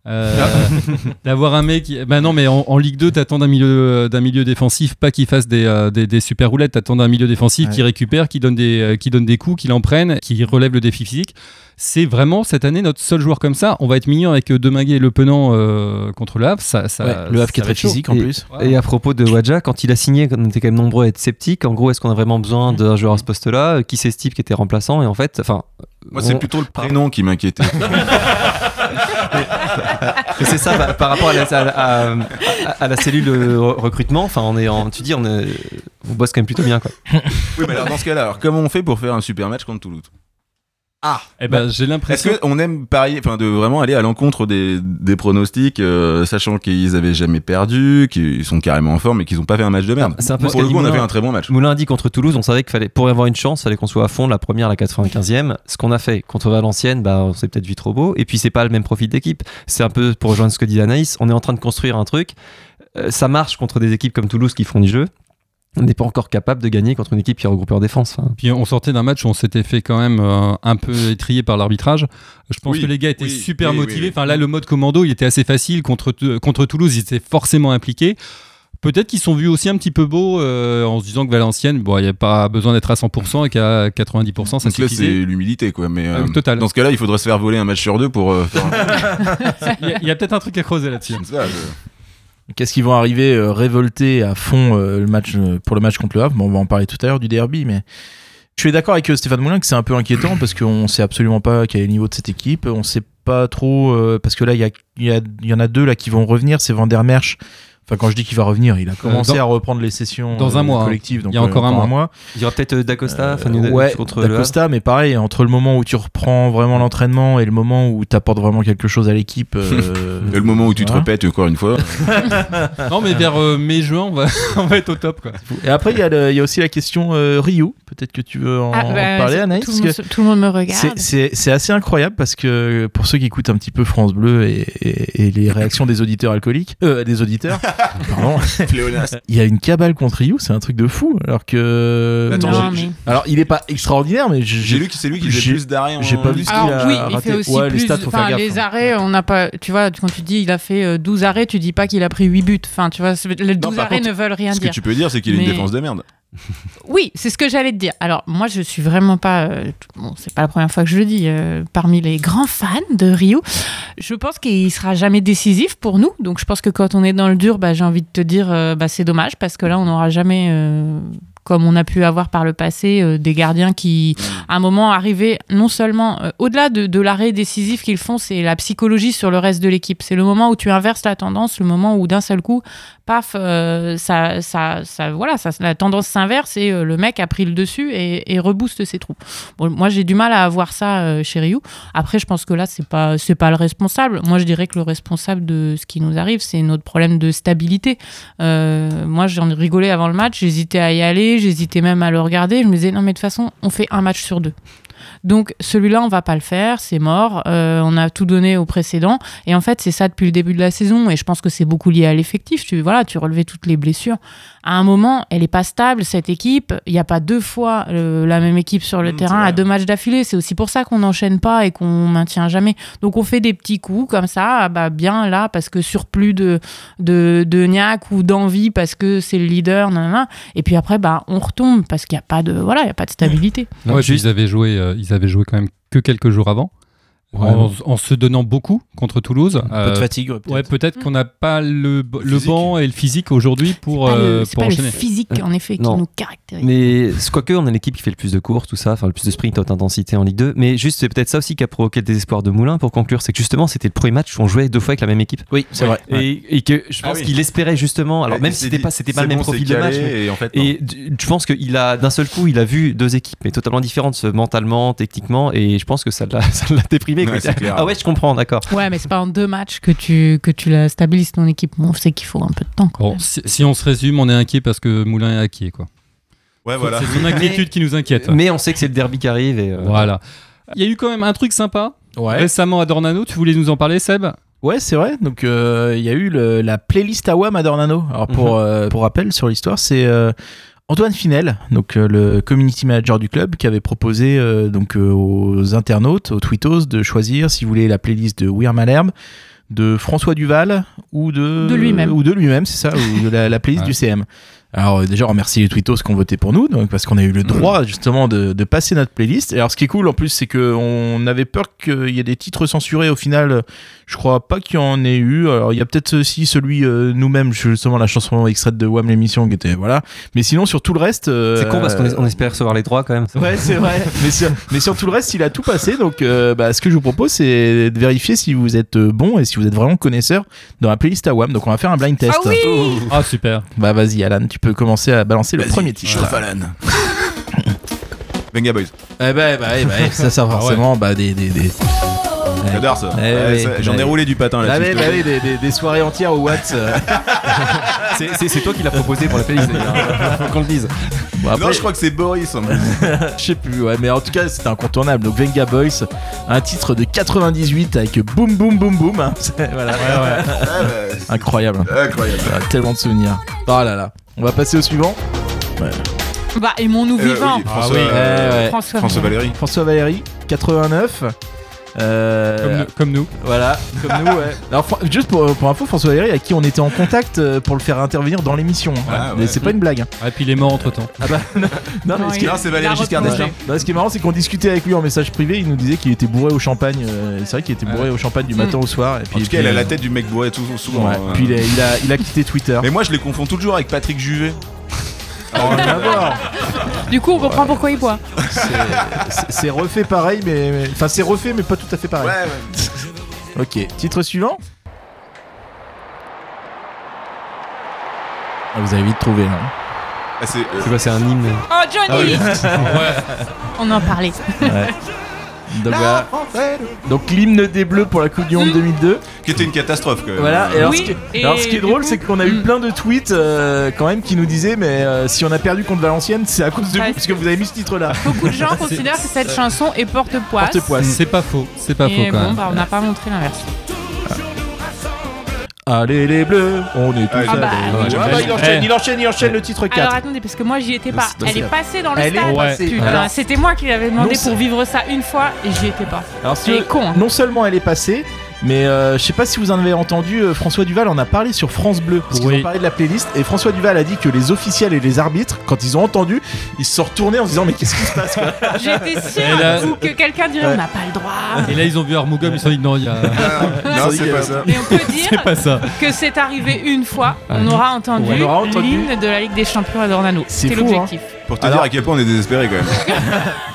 [SPEAKER 6] Euh,
[SPEAKER 7] Ah.
[SPEAKER 6] (laughs) D'avoir un mec. qui- Bah non, mais en, en Ligue 2, t'attends d'un milieu, d'un milieu défensif, pas qu'il fasse des, euh, des, des super roulettes, t'attends d'un milieu défensif
[SPEAKER 7] Ouais.
[SPEAKER 6] qui récupère, qui donne, des, euh, qui donne des coups, qui l'en prenne, qui relève le défi physique. C'est vraiment cette année notre seul joueur comme ça. On va être mignon avec euh, Deminguet et Le Penant euh, contre le Havre. Ça, ça,
[SPEAKER 7] Ouais, le Havre qui est
[SPEAKER 6] ça va
[SPEAKER 7] très
[SPEAKER 6] être chaud.
[SPEAKER 7] physique en
[SPEAKER 8] Et-
[SPEAKER 7] plus.
[SPEAKER 8] Et à propos de Wadja, quand il a signé, on était quand même nombreux à être sceptiques. En gros, est-ce qu'on a vraiment besoin d'un joueur à ce poste-là Euh, Qui c'est ce type qui était remplaçant Et en fait, enfin,
[SPEAKER 10] Moi,
[SPEAKER 8] on-
[SPEAKER 10] c'est plutôt le prénom qui m'inquiétait. (laughs)
[SPEAKER 8] mais c'est ça par, par rapport à la, à- à- à la cellule euh, re- recrutement. Enfin, on est, en, tu dis, on, est- on bosse quand même plutôt bien, quoi.
[SPEAKER 10] oui, mais alors dans ce cas-là, alors comment on fait pour faire un super match contre Toulouse
[SPEAKER 6] Eh ben, j'ai
[SPEAKER 10] Est-ce
[SPEAKER 6] l'impression.
[SPEAKER 10] qu'on aime parier, enfin de vraiment aller à l'encontre des, des pronostics, euh, sachant qu'ils avaient jamais perdu, qu'ils sont carrément en forme et qu'ils ont pas fait un match de merde
[SPEAKER 8] C'est un peu ce
[SPEAKER 10] Pour le
[SPEAKER 8] qu'a
[SPEAKER 10] coup, on
[SPEAKER 8] dit
[SPEAKER 10] a fait
[SPEAKER 8] Moulin.
[SPEAKER 10] un très bon match.
[SPEAKER 8] Moulin dit contre Toulouse, on savait qu'il fallait, pour avoir une chance, fallait qu'on soit à fond de la première à la 95e. Ce qu'on a fait contre Valenciennes, bah, on s'est peut-être vu trop beau. Et puis, c'est pas le même profil d'équipe. C'est un peu pour rejoindre ce que dit Anaïs. On est en train de construire un truc. Euh, ça marche contre des équipes comme Toulouse qui font du jeu. On n'est pas encore capable de gagner contre une équipe qui est regroupée en défense. Enfin,
[SPEAKER 6] Puis on sortait d'un match où on s'était fait quand même euh, un peu étrier par l'arbitrage. Je pense
[SPEAKER 10] Oui,
[SPEAKER 6] que les gars étaient
[SPEAKER 10] oui,
[SPEAKER 6] super
[SPEAKER 10] oui, oui,
[SPEAKER 6] motivés.
[SPEAKER 10] oui.
[SPEAKER 6] Enfin là, le mode commando, il était assez facile contre Tou- contre Toulouse, ils étaient forcément impliqués. Peut-être qu'ils se sont vus aussi un petit peu beaux euh, en se disant que Valenciennes, bon, il n'y a pas besoin d'être à 100% et qu'à 90%, ça
[SPEAKER 10] Donc là, c'est
[SPEAKER 6] suffisait.
[SPEAKER 10] l'humilité, quoi. Mais euh,
[SPEAKER 6] Ah, total.
[SPEAKER 10] dans ce cas-là, il faudrait se faire voler un match sur deux pour euh, faire un-
[SPEAKER 6] Il y a- il y a, peut-être un truc à creuser là-dessus.
[SPEAKER 10] comme ça, je-
[SPEAKER 7] Qu'est-ce qu'ils vont arriver euh, révoltés à fond euh, le match euh, pour le match contre le Havre Bon, on va en parler tout à l'heure du derby, mais je suis d'accord avec euh, Stéphane Moulin que c'est un peu inquiétant parce qu'on sait absolument pas quel est le niveau de cette équipe. On sait pas trop euh, parce que là il y, a- il y a- il y en a deux là qui vont revenir, c'est Vandermeersch Enfin, quand je dis qu'il va revenir, il a commencé
[SPEAKER 6] Euh, dans-
[SPEAKER 7] à reprendre les sessions
[SPEAKER 6] dans un
[SPEAKER 7] euh,
[SPEAKER 6] mois, hein.
[SPEAKER 7] collectives. donc,
[SPEAKER 6] Il y a
[SPEAKER 7] euh,
[SPEAKER 6] encore un
[SPEAKER 7] dans
[SPEAKER 6] mois.
[SPEAKER 8] Il y aura peut-être euh,
[SPEAKER 10] Ah,
[SPEAKER 8] Dacosta
[SPEAKER 7] Euh,
[SPEAKER 8] Fanny
[SPEAKER 7] ouais,
[SPEAKER 8] contre le
[SPEAKER 7] Da Costa, mais pareil, entre le moment où tu reprends vraiment l'entraînement et le moment où tu apportes vraiment quelque chose à l'équipe. euh,
[SPEAKER 10] (laughs) Et le moment où tu te
[SPEAKER 7] voilà.
[SPEAKER 10] répètes encore une fois.
[SPEAKER 6] Non, mais vers euh, mai-juin, on va, (laughs) on va être au top, quoi.
[SPEAKER 7] Et après, il y, a le- il y a aussi la question euh, Ryu. Peut-être que tu veux en,
[SPEAKER 9] Ah,
[SPEAKER 7] en
[SPEAKER 9] bah,
[SPEAKER 7] parler,
[SPEAKER 9] c'est-
[SPEAKER 7] Anaïs.
[SPEAKER 9] tout, le
[SPEAKER 7] parce que
[SPEAKER 9] monde, se- tout le monde me regarde.
[SPEAKER 7] c'est- C'est c'est assez incroyable parce que pour ceux qui écoutent un petit peu France Bleu et, et- et les réactions des auditeurs alcooliques, euh, des (laughs) auditeurs, pardon, il y a une cabale contre Ryu, c'est un truc de fou. Alors que.
[SPEAKER 10] Attends,
[SPEAKER 9] non,
[SPEAKER 10] j'ai-
[SPEAKER 9] mais-
[SPEAKER 7] Alors, il est pas extraordinaire, mais
[SPEAKER 10] J'ai lu que c'est lui qui faisait
[SPEAKER 7] J'ai-
[SPEAKER 10] plus d'arrêts en
[SPEAKER 7] j'ai pas vu ce
[SPEAKER 9] Alors
[SPEAKER 7] qu'il a
[SPEAKER 9] oui, il
[SPEAKER 7] raté.
[SPEAKER 9] fait aussi
[SPEAKER 7] Ouais, les
[SPEAKER 9] plus.
[SPEAKER 7] stats, faut faire
[SPEAKER 9] enfin,
[SPEAKER 7] gaffe,
[SPEAKER 9] les
[SPEAKER 7] hein.
[SPEAKER 9] arrêts, on n'a pas. Tu vois, quand tu dis il a fait euh, 12 arrêts, tu dis pas qu'il a pris 8 buts. Enfin, tu vois, c'est- les 12
[SPEAKER 10] par
[SPEAKER 9] arrêts
[SPEAKER 10] contre,
[SPEAKER 9] ne veulent rien
[SPEAKER 10] Ce que
[SPEAKER 9] dire.
[SPEAKER 10] tu peux dire, c'est qu'il a une
[SPEAKER 9] Mais-
[SPEAKER 10] défense de merde.
[SPEAKER 9] Oui, c'est ce que j'allais te dire. Alors moi, je suis vraiment pas. euh, tout- bon, c'est pas la première fois que je le dis. euh, parmi les grands fans de Rio, je pense qu'il sera jamais décisif pour nous. Donc je pense que quand on est dans le dur, bah, j'ai envie de te dire, euh, bah, c'est dommage parce que là, on n'aura jamais. euh, comme on a pu avoir par le passé euh, des gardiens qui, à un moment, arrivaient non seulement euh, au-delà de, de l'arrêt décisif qu'ils font, c'est la psychologie sur le reste de l'équipe. C'est le moment où tu inverses la tendance, le moment où d'un seul coup, paf, euh, ça, ça, ça, voilà, ça, la tendance s'inverse et euh, le mec a pris le dessus et, et rebooste ses troupes. Bon, moi, j'ai du mal à avoir ça euh, chez Ryu. Après, je pense que là, c'est pas, c'est pas le responsable. Moi, je dirais que le responsable de ce qui nous arrive, c'est notre problème de stabilité. Euh, moi, j'en rigolais avant le match, j'hésitais à y aller, j'hésitais même à le regarder. Je me disais, non, mais de toute façon, on fait un match sur deux. Donc celui-là, on va pas le faire, c'est mort. Euh, on a tout donné au précédent. Et en fait, c'est ça depuis le début de la saison. Et je pense que c'est beaucoup lié à l'effectif. Tu voilà, tu relevais toutes les blessures. À un moment, elle est pas stable cette équipe. Il n'y a pas deux fois euh, la même équipe sur le
[SPEAKER 10] Mm, c'est
[SPEAKER 9] terrain
[SPEAKER 10] vrai.
[SPEAKER 9] à deux matchs d'affilée. C'est aussi pour ça qu'on n'enchaîne pas et qu'on maintient jamais. Donc on fait des petits coups comme ça, bah bien là parce que surplus de de, de niaque ou d'envie parce que c'est le leader. Nanana. Et puis après, bah on retombe parce qu'il n'y a pas de voilà, il y a pas de stabilité.
[SPEAKER 8] Non,
[SPEAKER 6] Ouais, puis
[SPEAKER 8] juste-
[SPEAKER 6] ils avaient joué, euh, ils avaient joué quand même que quelques jours avant,
[SPEAKER 7] Ouais.
[SPEAKER 6] en, en se donnant beaucoup contre Toulouse.
[SPEAKER 7] Un peu
[SPEAKER 6] Euh,
[SPEAKER 7] de fatigue, ouais, peut-être.
[SPEAKER 6] ouais, peut-être qu'on n'a pas le, b- le
[SPEAKER 10] Physique.
[SPEAKER 6] banc et le physique aujourd'hui pour,
[SPEAKER 9] Pas le-
[SPEAKER 6] euh,
[SPEAKER 9] c'est
[SPEAKER 6] pour
[SPEAKER 9] pas le
[SPEAKER 6] enchaîner.
[SPEAKER 9] physique en effet qui
[SPEAKER 8] Non.
[SPEAKER 9] nous caractérise.
[SPEAKER 8] Mais c'est- quoique, on est l'équipe qui fait le plus de courses, tout ça, enfin le plus de sprint, haute intensité en Ligue 2. Mais juste, c'est peut-être ça aussi qui a provoqué le désespoir de Moulin pour conclure. C'est que justement, c'était le premier match où on jouait deux fois avec la même équipe.
[SPEAKER 7] Oui, c'est vrai. Ouais.
[SPEAKER 8] Et, et que je
[SPEAKER 10] Ah
[SPEAKER 8] pense
[SPEAKER 10] oui.
[SPEAKER 8] qu'il espérait justement, alors
[SPEAKER 10] Et
[SPEAKER 8] même
[SPEAKER 10] il
[SPEAKER 8] si
[SPEAKER 10] s'est
[SPEAKER 8] c'était
[SPEAKER 10] dit,
[SPEAKER 8] pas, c'était pas
[SPEAKER 10] c'est
[SPEAKER 8] le même
[SPEAKER 10] bon, c'est
[SPEAKER 8] profil de match.
[SPEAKER 10] calé,
[SPEAKER 8] mais-
[SPEAKER 10] Et en fait, non.
[SPEAKER 8] Et du- je pense qu'il a d'un seul coup, il a vu deux équipes mais totalement différentes euh, mentalement, techniquement, et je pense que ça l'a (laughs) ça l'a déprimé. quoi.
[SPEAKER 10] Ouais, c'est clair.
[SPEAKER 8] ah ouais, je comprends, d'accord.
[SPEAKER 9] Ouais, mais c'est pas en deux matchs que tu, que tu la stabilises ton équipe. Bon, on sait qu'il faut un peu de temps. Quand
[SPEAKER 8] Oh.
[SPEAKER 6] Bon,
[SPEAKER 9] même.
[SPEAKER 6] si, si on se résume, on est inquiet parce que Moulin est inquiet, quoi.
[SPEAKER 10] Ouais, voilà.
[SPEAKER 6] C'est son inquiétude qui nous inquiète.
[SPEAKER 8] Mais on sait que c'est le derby qui arrive et euh,
[SPEAKER 6] Voilà. Il y a eu quand même un truc sympa
[SPEAKER 7] Ouais.
[SPEAKER 6] récemment à Dornano. Tu voulais nous en parler, Seb
[SPEAKER 7] Ouais, c'est vrai. Donc, euh, il y a eu le- la playlist AWAM à Dornano. Alors, pour,
[SPEAKER 8] Mhm.
[SPEAKER 7] euh, pour rappel sur l'histoire, c'est euh, Antoine Finel, donc euh, le community manager du club, qui avait proposé euh, donc euh, aux internautes, aux twittos, de choisir, si vous voulez, la playlist de Weir Malherbe, de François Duval ou de,
[SPEAKER 9] De lui-même.
[SPEAKER 7] ou de lui-même, c'est ça, ou de la, la playlist
[SPEAKER 6] Ouais.
[SPEAKER 7] du CM. Alors euh, déjà, on remercie les twittos qui ont voté pour nous, donc, parce qu'on a eu le droit justement de, de passer notre playlist. Et alors ce qui est cool en plus, c'est qu'on avait peur qu'il y ait des titres censurés. Au final, je crois pas qu'il y en ait eu. Alors il y a peut-être aussi celui euh, nous-mêmes, justement la chanson extraite de Wham l'émission qui était voilà. Mais sinon sur tout le reste, euh,
[SPEAKER 8] c'est con parce qu'on es- on espère recevoir les droits quand même.
[SPEAKER 7] Ouais, c'est vrai. mais, sur, mais sur tout le reste, il a tout passé. Donc, euh, bah, ce que je vous propose, c'est de vérifier si vous êtes euh, bon et si vous êtes vraiment connaisseur dans la playlist AWAM. Donc, on va faire un blind test.
[SPEAKER 9] Ah oui
[SPEAKER 6] Ah, super.
[SPEAKER 7] Bah, vas-y, Alan, tu peux commencer à balancer le
[SPEAKER 10] Vas-y,
[SPEAKER 7] premier titre.
[SPEAKER 10] chauffe, Alan. Venga Boys.
[SPEAKER 7] Eh ben, bah, eh ben, ça,
[SPEAKER 8] Ah
[SPEAKER 7] ça forcément, bah, des, des, des,
[SPEAKER 10] J'adore ça.
[SPEAKER 7] Eh
[SPEAKER 10] Ouais,
[SPEAKER 7] oui,
[SPEAKER 10] ça-
[SPEAKER 7] bah
[SPEAKER 10] J'en
[SPEAKER 7] oui.
[SPEAKER 10] ai roulé du patin
[SPEAKER 7] Ah
[SPEAKER 10] là-dessus.
[SPEAKER 7] ouais, bah oui, des, des- des soirées entières au Watts. euh.
[SPEAKER 8] (laughs) C'est- C'est c'est toi qui l'as proposé pour la playlist d'ailleurs. Faut qu'on le dise.
[SPEAKER 7] Bon, après,
[SPEAKER 10] Non, je crois que c'est Boris.
[SPEAKER 7] je sais plus, ouais, mais en tout cas, c'était incontournable. Donc, Venga Boys, un titre de 98 avec boum, boum, boum, boum. hein. (laughs) C'est- voilà.
[SPEAKER 10] Ah, bah, c'est
[SPEAKER 7] Incroyable.
[SPEAKER 10] Incroyable.
[SPEAKER 7] Ah, Tellement de souvenirs. Oh là là. On va passer au suivant.
[SPEAKER 9] Bah, et mon nous
[SPEAKER 10] Euh, oui,
[SPEAKER 9] vivant.
[SPEAKER 10] François,
[SPEAKER 7] oui.
[SPEAKER 10] euh,
[SPEAKER 7] Eh, Ouais, ouais.
[SPEAKER 9] François.
[SPEAKER 10] François Valéry.
[SPEAKER 7] François Valéry, 89. Euh,
[SPEAKER 6] Comme, nous- comme nous.
[SPEAKER 7] Voilà, comme nous, ouais. (laughs) Alors, Fra- juste pour, pour info, François Valéry, à qui on était en contact euh, pour le faire intervenir dans l'émission. hein.
[SPEAKER 10] Ah,
[SPEAKER 7] Mais
[SPEAKER 10] ouais.
[SPEAKER 7] C'est pas une blague. hein.
[SPEAKER 6] Ah, et puis il est mort entre temps.
[SPEAKER 7] Non,
[SPEAKER 9] Non,
[SPEAKER 7] mais ce
[SPEAKER 9] il-
[SPEAKER 7] qui est,
[SPEAKER 10] Non, c'est
[SPEAKER 9] il
[SPEAKER 10] Valéry
[SPEAKER 9] a
[SPEAKER 10] Giscard
[SPEAKER 9] replongé.
[SPEAKER 10] d'Estaing.
[SPEAKER 7] non, Bah, ce qui est marrant, c'est qu'on discutait avec lui en message privé. Il nous disait qu'il était bourré au champagne. euh, c'est vrai qu'il était bourré au champagne
[SPEAKER 9] Hmm.
[SPEAKER 7] du matin au soir. Et puis,
[SPEAKER 10] En tout
[SPEAKER 7] puis,
[SPEAKER 10] cas, elle a la
[SPEAKER 7] euh,
[SPEAKER 10] tête du mec bourré tout souvent.
[SPEAKER 7] ouais.
[SPEAKER 10] hein.
[SPEAKER 7] Puis il a, il a- il a quitté Twitter. Oh,
[SPEAKER 10] Mais moi, je les confonds toujours avec Patrick Juvet.
[SPEAKER 7] Rien à voir.
[SPEAKER 9] Du coup, on comprend pourquoi il boit.
[SPEAKER 7] C'est- c'est- C'est refait pareil, mais. mais- Enfin, c'est refait, mais pas tout à fait pareil. Ok, titre suivant. Ah, Vous avez vite trouvé. hein.
[SPEAKER 10] Ah, c'est, euh,
[SPEAKER 8] C'est quoi, c'est un hymne
[SPEAKER 9] Oh, Johnny On en parlait.
[SPEAKER 7] (laughs) Donc, voilà. Donc l'hymne des Bleus pour la Coupe du Monde 2002.
[SPEAKER 10] qui était une catastrophe. Quand même.
[SPEAKER 7] Voilà. Et alors,
[SPEAKER 9] Oui,
[SPEAKER 7] ce qui,
[SPEAKER 9] et
[SPEAKER 7] alors, ce qui est
[SPEAKER 9] du
[SPEAKER 7] drôle,
[SPEAKER 9] coup-
[SPEAKER 7] c'est qu'on a eu
[SPEAKER 9] Mm.
[SPEAKER 7] plein de tweets euh, quand même qui nous disaient mais euh, si on a perdu contre Valenciennes, c'est à cause de vous
[SPEAKER 9] Ouais.
[SPEAKER 7] parce que vous avez mis ce titre-là.
[SPEAKER 9] Beaucoup de gens considèrent que cette chanson est porte-poisse.
[SPEAKER 7] Porte-poisse.
[SPEAKER 6] C'est pas faux, c'est pas faux
[SPEAKER 9] Et
[SPEAKER 6] quand
[SPEAKER 9] bon,
[SPEAKER 6] même.
[SPEAKER 9] bah, on n'a pas montré l'inverse.
[SPEAKER 7] Allez les Bleus, on est tous
[SPEAKER 10] Ah,
[SPEAKER 9] Ah bah,
[SPEAKER 7] allés.
[SPEAKER 9] oui.
[SPEAKER 7] Ouais, bah, il
[SPEAKER 6] Eh,
[SPEAKER 7] enchaîne, il enchaîne, il enchaîne le titre 4.
[SPEAKER 9] Alors attendez, parce que moi j'y étais pas.
[SPEAKER 7] C'est-
[SPEAKER 9] Elle est passée dans le
[SPEAKER 7] Elle est-
[SPEAKER 9] stade.
[SPEAKER 6] ouais.
[SPEAKER 9] Putain,
[SPEAKER 7] Alors-
[SPEAKER 9] c'était moi qui l'avais demandé
[SPEAKER 7] Non, c'est-
[SPEAKER 9] pour vivre ça une fois et j'y étais pas.
[SPEAKER 7] Alors, si
[SPEAKER 9] C'est
[SPEAKER 7] vous- (laughs)
[SPEAKER 9] con. hein.
[SPEAKER 7] non seulement elle est passée, mais euh, je sais pas si vous en avez entendu, euh, François Duval en a parlé sur France Bleu, parce qu'ils
[SPEAKER 6] Oui.
[SPEAKER 7] ont parlé de la playlist, et François Duval a dit que les officiels et les arbitres, quand ils ont entendu, ils se sont retournés en se disant mais qu'est-ce qui se passe quoi
[SPEAKER 9] J'étais
[SPEAKER 6] Et
[SPEAKER 9] sûre
[SPEAKER 6] là-
[SPEAKER 9] ou que quelqu'un dirait on n'a pas le droit.
[SPEAKER 6] Et là, ils ont vu Armougom, ils se sont dit non, il y a.
[SPEAKER 10] Non, c'est pas ça.
[SPEAKER 9] Mais on peut dire
[SPEAKER 6] C'est pas ça.
[SPEAKER 9] que c'est arrivé une fois. On
[SPEAKER 6] Ouais.
[SPEAKER 9] aura entendu
[SPEAKER 7] On aura entendu.
[SPEAKER 9] l'hymne de la Ligue des Champions à Dornano.
[SPEAKER 7] C'est
[SPEAKER 9] C'était
[SPEAKER 7] fou, hein.
[SPEAKER 9] l'objectif.
[SPEAKER 10] Pour te
[SPEAKER 7] Alors-
[SPEAKER 10] dire à quel point on est désespéré quand même.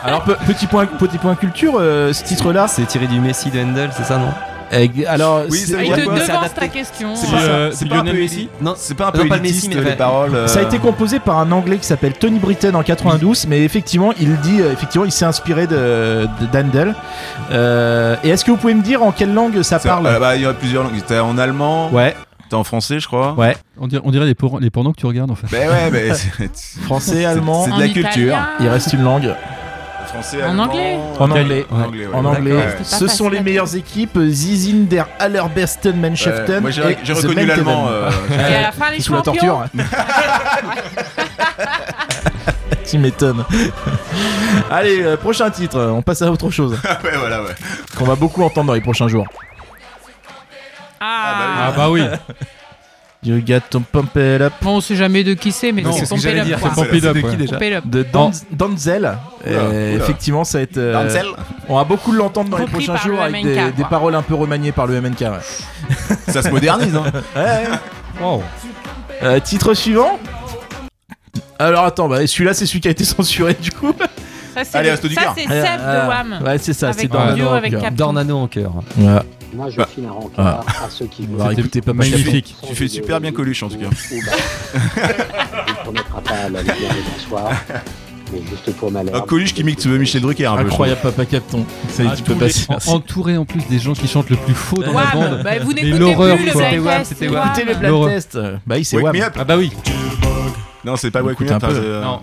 [SPEAKER 7] Alors pe- petit point, petit point culture, euh, ce titre-là,
[SPEAKER 8] C'est tiré du Messi de Handel, c'est ça, non
[SPEAKER 7] euh, alors
[SPEAKER 10] Oui,
[SPEAKER 7] c'est-
[SPEAKER 10] ça veut
[SPEAKER 9] Il
[SPEAKER 10] dire
[SPEAKER 9] te
[SPEAKER 10] quoi
[SPEAKER 8] C'est
[SPEAKER 9] devance
[SPEAKER 8] adapté.
[SPEAKER 9] ta question.
[SPEAKER 10] C'est
[SPEAKER 6] Puis,
[SPEAKER 10] pas ça,
[SPEAKER 6] euh,
[SPEAKER 10] c'est
[SPEAKER 6] puis
[SPEAKER 10] pas un
[SPEAKER 6] Lionel
[SPEAKER 10] peu
[SPEAKER 6] Messi.
[SPEAKER 8] Non,
[SPEAKER 10] C'est pas un
[SPEAKER 8] Non,
[SPEAKER 10] peu
[SPEAKER 8] pas le Messi,
[SPEAKER 10] élitiste
[SPEAKER 8] mais-
[SPEAKER 10] les paroles. euh,
[SPEAKER 7] Ça a été composé par un anglais qui s'appelle Tony Britten en 92, mais effectivement, il dit, euh, effectivement, il s'est inspiré de, de d'Handel. Euh, et est-ce que vous pouvez me dire en quelle langue ça
[SPEAKER 10] ça-
[SPEAKER 7] parle
[SPEAKER 10] ah bah, Il y a plusieurs langues. T'es en allemand,
[SPEAKER 7] Ouais,
[SPEAKER 10] t'es en français, je crois.
[SPEAKER 7] Ouais.
[SPEAKER 6] On dirait, on dirait les, por- les pornos que tu regardes en fait.
[SPEAKER 10] Ben ouais, mais c'est-
[SPEAKER 7] français,
[SPEAKER 10] c'est-
[SPEAKER 7] allemand.
[SPEAKER 10] c'est de la
[SPEAKER 9] En
[SPEAKER 10] culture.
[SPEAKER 9] italien.
[SPEAKER 7] Il reste une langue.
[SPEAKER 10] français,
[SPEAKER 9] En
[SPEAKER 10] allemand,
[SPEAKER 9] anglais.
[SPEAKER 7] En anglais.
[SPEAKER 10] En anglais. ouais.
[SPEAKER 7] En anglais,
[SPEAKER 10] D'accord, ouais.
[SPEAKER 9] C'était pas
[SPEAKER 7] ce sont
[SPEAKER 9] facile
[SPEAKER 7] les
[SPEAKER 9] à
[SPEAKER 7] meilleures équipes Zizin der Allerbesten Mannschaften.
[SPEAKER 10] Ouais, Moi j'ai
[SPEAKER 7] et
[SPEAKER 10] j'ai
[SPEAKER 7] The
[SPEAKER 10] reconnu
[SPEAKER 7] Menten.
[SPEAKER 10] l'allemand. euh,
[SPEAKER 9] Et à la fin, les
[SPEAKER 7] Sous la
[SPEAKER 9] champions.
[SPEAKER 7] torture. (laughs) tu m'étonnes. Allez, euh, prochain titre, on passe à autre chose
[SPEAKER 10] euh, (laughs) Ouais, voilà, ouais.
[SPEAKER 7] qu'on va beaucoup entendre dans les prochains jours.
[SPEAKER 9] Ah,
[SPEAKER 6] Ah bah oui,
[SPEAKER 7] You got to pump it up.
[SPEAKER 9] Bon, on sait jamais de qui c'est, mais
[SPEAKER 8] Non,
[SPEAKER 9] c'est
[SPEAKER 8] c'est ce que
[SPEAKER 9] Pompey
[SPEAKER 8] j'allais
[SPEAKER 9] Lop,
[SPEAKER 8] dire,
[SPEAKER 9] quoi.
[SPEAKER 8] c'est
[SPEAKER 6] Pompey
[SPEAKER 8] C'est
[SPEAKER 6] Lop,
[SPEAKER 8] de qui
[SPEAKER 6] ouais.
[SPEAKER 8] déjà
[SPEAKER 9] Pompey Lop.
[SPEAKER 7] De Dan- Danzel. Euh,
[SPEAKER 10] oula.
[SPEAKER 7] effectivement, ça va être. euh,
[SPEAKER 10] Danzel.
[SPEAKER 7] on va beaucoup l'entendre dans les
[SPEAKER 9] Repris
[SPEAKER 7] prochains
[SPEAKER 9] par le
[SPEAKER 7] jours avec
[SPEAKER 9] MNK,
[SPEAKER 7] des,
[SPEAKER 9] quoi.
[SPEAKER 7] des paroles un peu remaniées par le MNK. ouais.
[SPEAKER 10] Ça se modernise, hein.
[SPEAKER 7] (laughs)
[SPEAKER 6] Wow.
[SPEAKER 7] Euh, titre suivant. Alors attends, bah, celui-là c'est celui qui a été (laughs) censuré du coup.
[SPEAKER 9] Ça, c'est
[SPEAKER 10] Allez,
[SPEAKER 9] le-
[SPEAKER 10] resto du
[SPEAKER 9] ça,
[SPEAKER 10] cœur.
[SPEAKER 9] c'est Seb
[SPEAKER 7] Euh,
[SPEAKER 9] de
[SPEAKER 7] euh,
[SPEAKER 9] Wham.
[SPEAKER 7] Ouais, c'est ça,
[SPEAKER 9] Avec
[SPEAKER 7] c'est
[SPEAKER 9] un
[SPEAKER 7] Dornano
[SPEAKER 9] duo
[SPEAKER 7] en
[SPEAKER 9] avec
[SPEAKER 7] cœur.
[SPEAKER 9] Cap-
[SPEAKER 8] Dornano en cœur.
[SPEAKER 7] Voilà.
[SPEAKER 12] Moi, je
[SPEAKER 10] Bah.
[SPEAKER 12] file un rencard à ceux qui
[SPEAKER 7] Bah,
[SPEAKER 6] C'était
[SPEAKER 7] écoutez, Papa
[SPEAKER 6] magnifique.
[SPEAKER 12] Sans
[SPEAKER 10] Tu fais
[SPEAKER 12] vidéo,
[SPEAKER 10] super bien Coluche, en tout (laughs) cas.
[SPEAKER 12] (laughs) ou bah, on ne promettra pas la lumière de ce soir, mais juste pour
[SPEAKER 10] Un
[SPEAKER 12] Malherbe.
[SPEAKER 10] Coluche qui mixe Michel Drucker un peu.
[SPEAKER 7] Incroyable Papa Capton. Ça y est,
[SPEAKER 6] Ah,
[SPEAKER 7] tu
[SPEAKER 6] tous
[SPEAKER 7] peux
[SPEAKER 6] les-
[SPEAKER 7] passer.
[SPEAKER 6] en-
[SPEAKER 7] merci.
[SPEAKER 6] entouré en plus des gens qui chantent le plus faux dans la
[SPEAKER 9] Wham.
[SPEAKER 6] bande.
[SPEAKER 9] Bah, vous
[SPEAKER 6] Mais
[SPEAKER 9] n'écoutez
[SPEAKER 6] l'horreur,
[SPEAKER 9] plus le
[SPEAKER 6] quoi.
[SPEAKER 9] Black
[SPEAKER 6] C'était
[SPEAKER 8] Wham,
[SPEAKER 9] Test,
[SPEAKER 8] c'était
[SPEAKER 9] c'est
[SPEAKER 8] Wham.
[SPEAKER 9] Wham.
[SPEAKER 7] Écoutez le blind
[SPEAKER 6] L'horreur.
[SPEAKER 7] test. Euh, Bah oui, c'est
[SPEAKER 10] Wake
[SPEAKER 7] Wham.
[SPEAKER 10] me up.
[SPEAKER 6] Ah bah oui.
[SPEAKER 10] Non, c'est pas Wake
[SPEAKER 7] Écoute
[SPEAKER 10] me
[SPEAKER 7] un
[SPEAKER 10] up.
[SPEAKER 7] peu.
[SPEAKER 10] euh,
[SPEAKER 6] Non.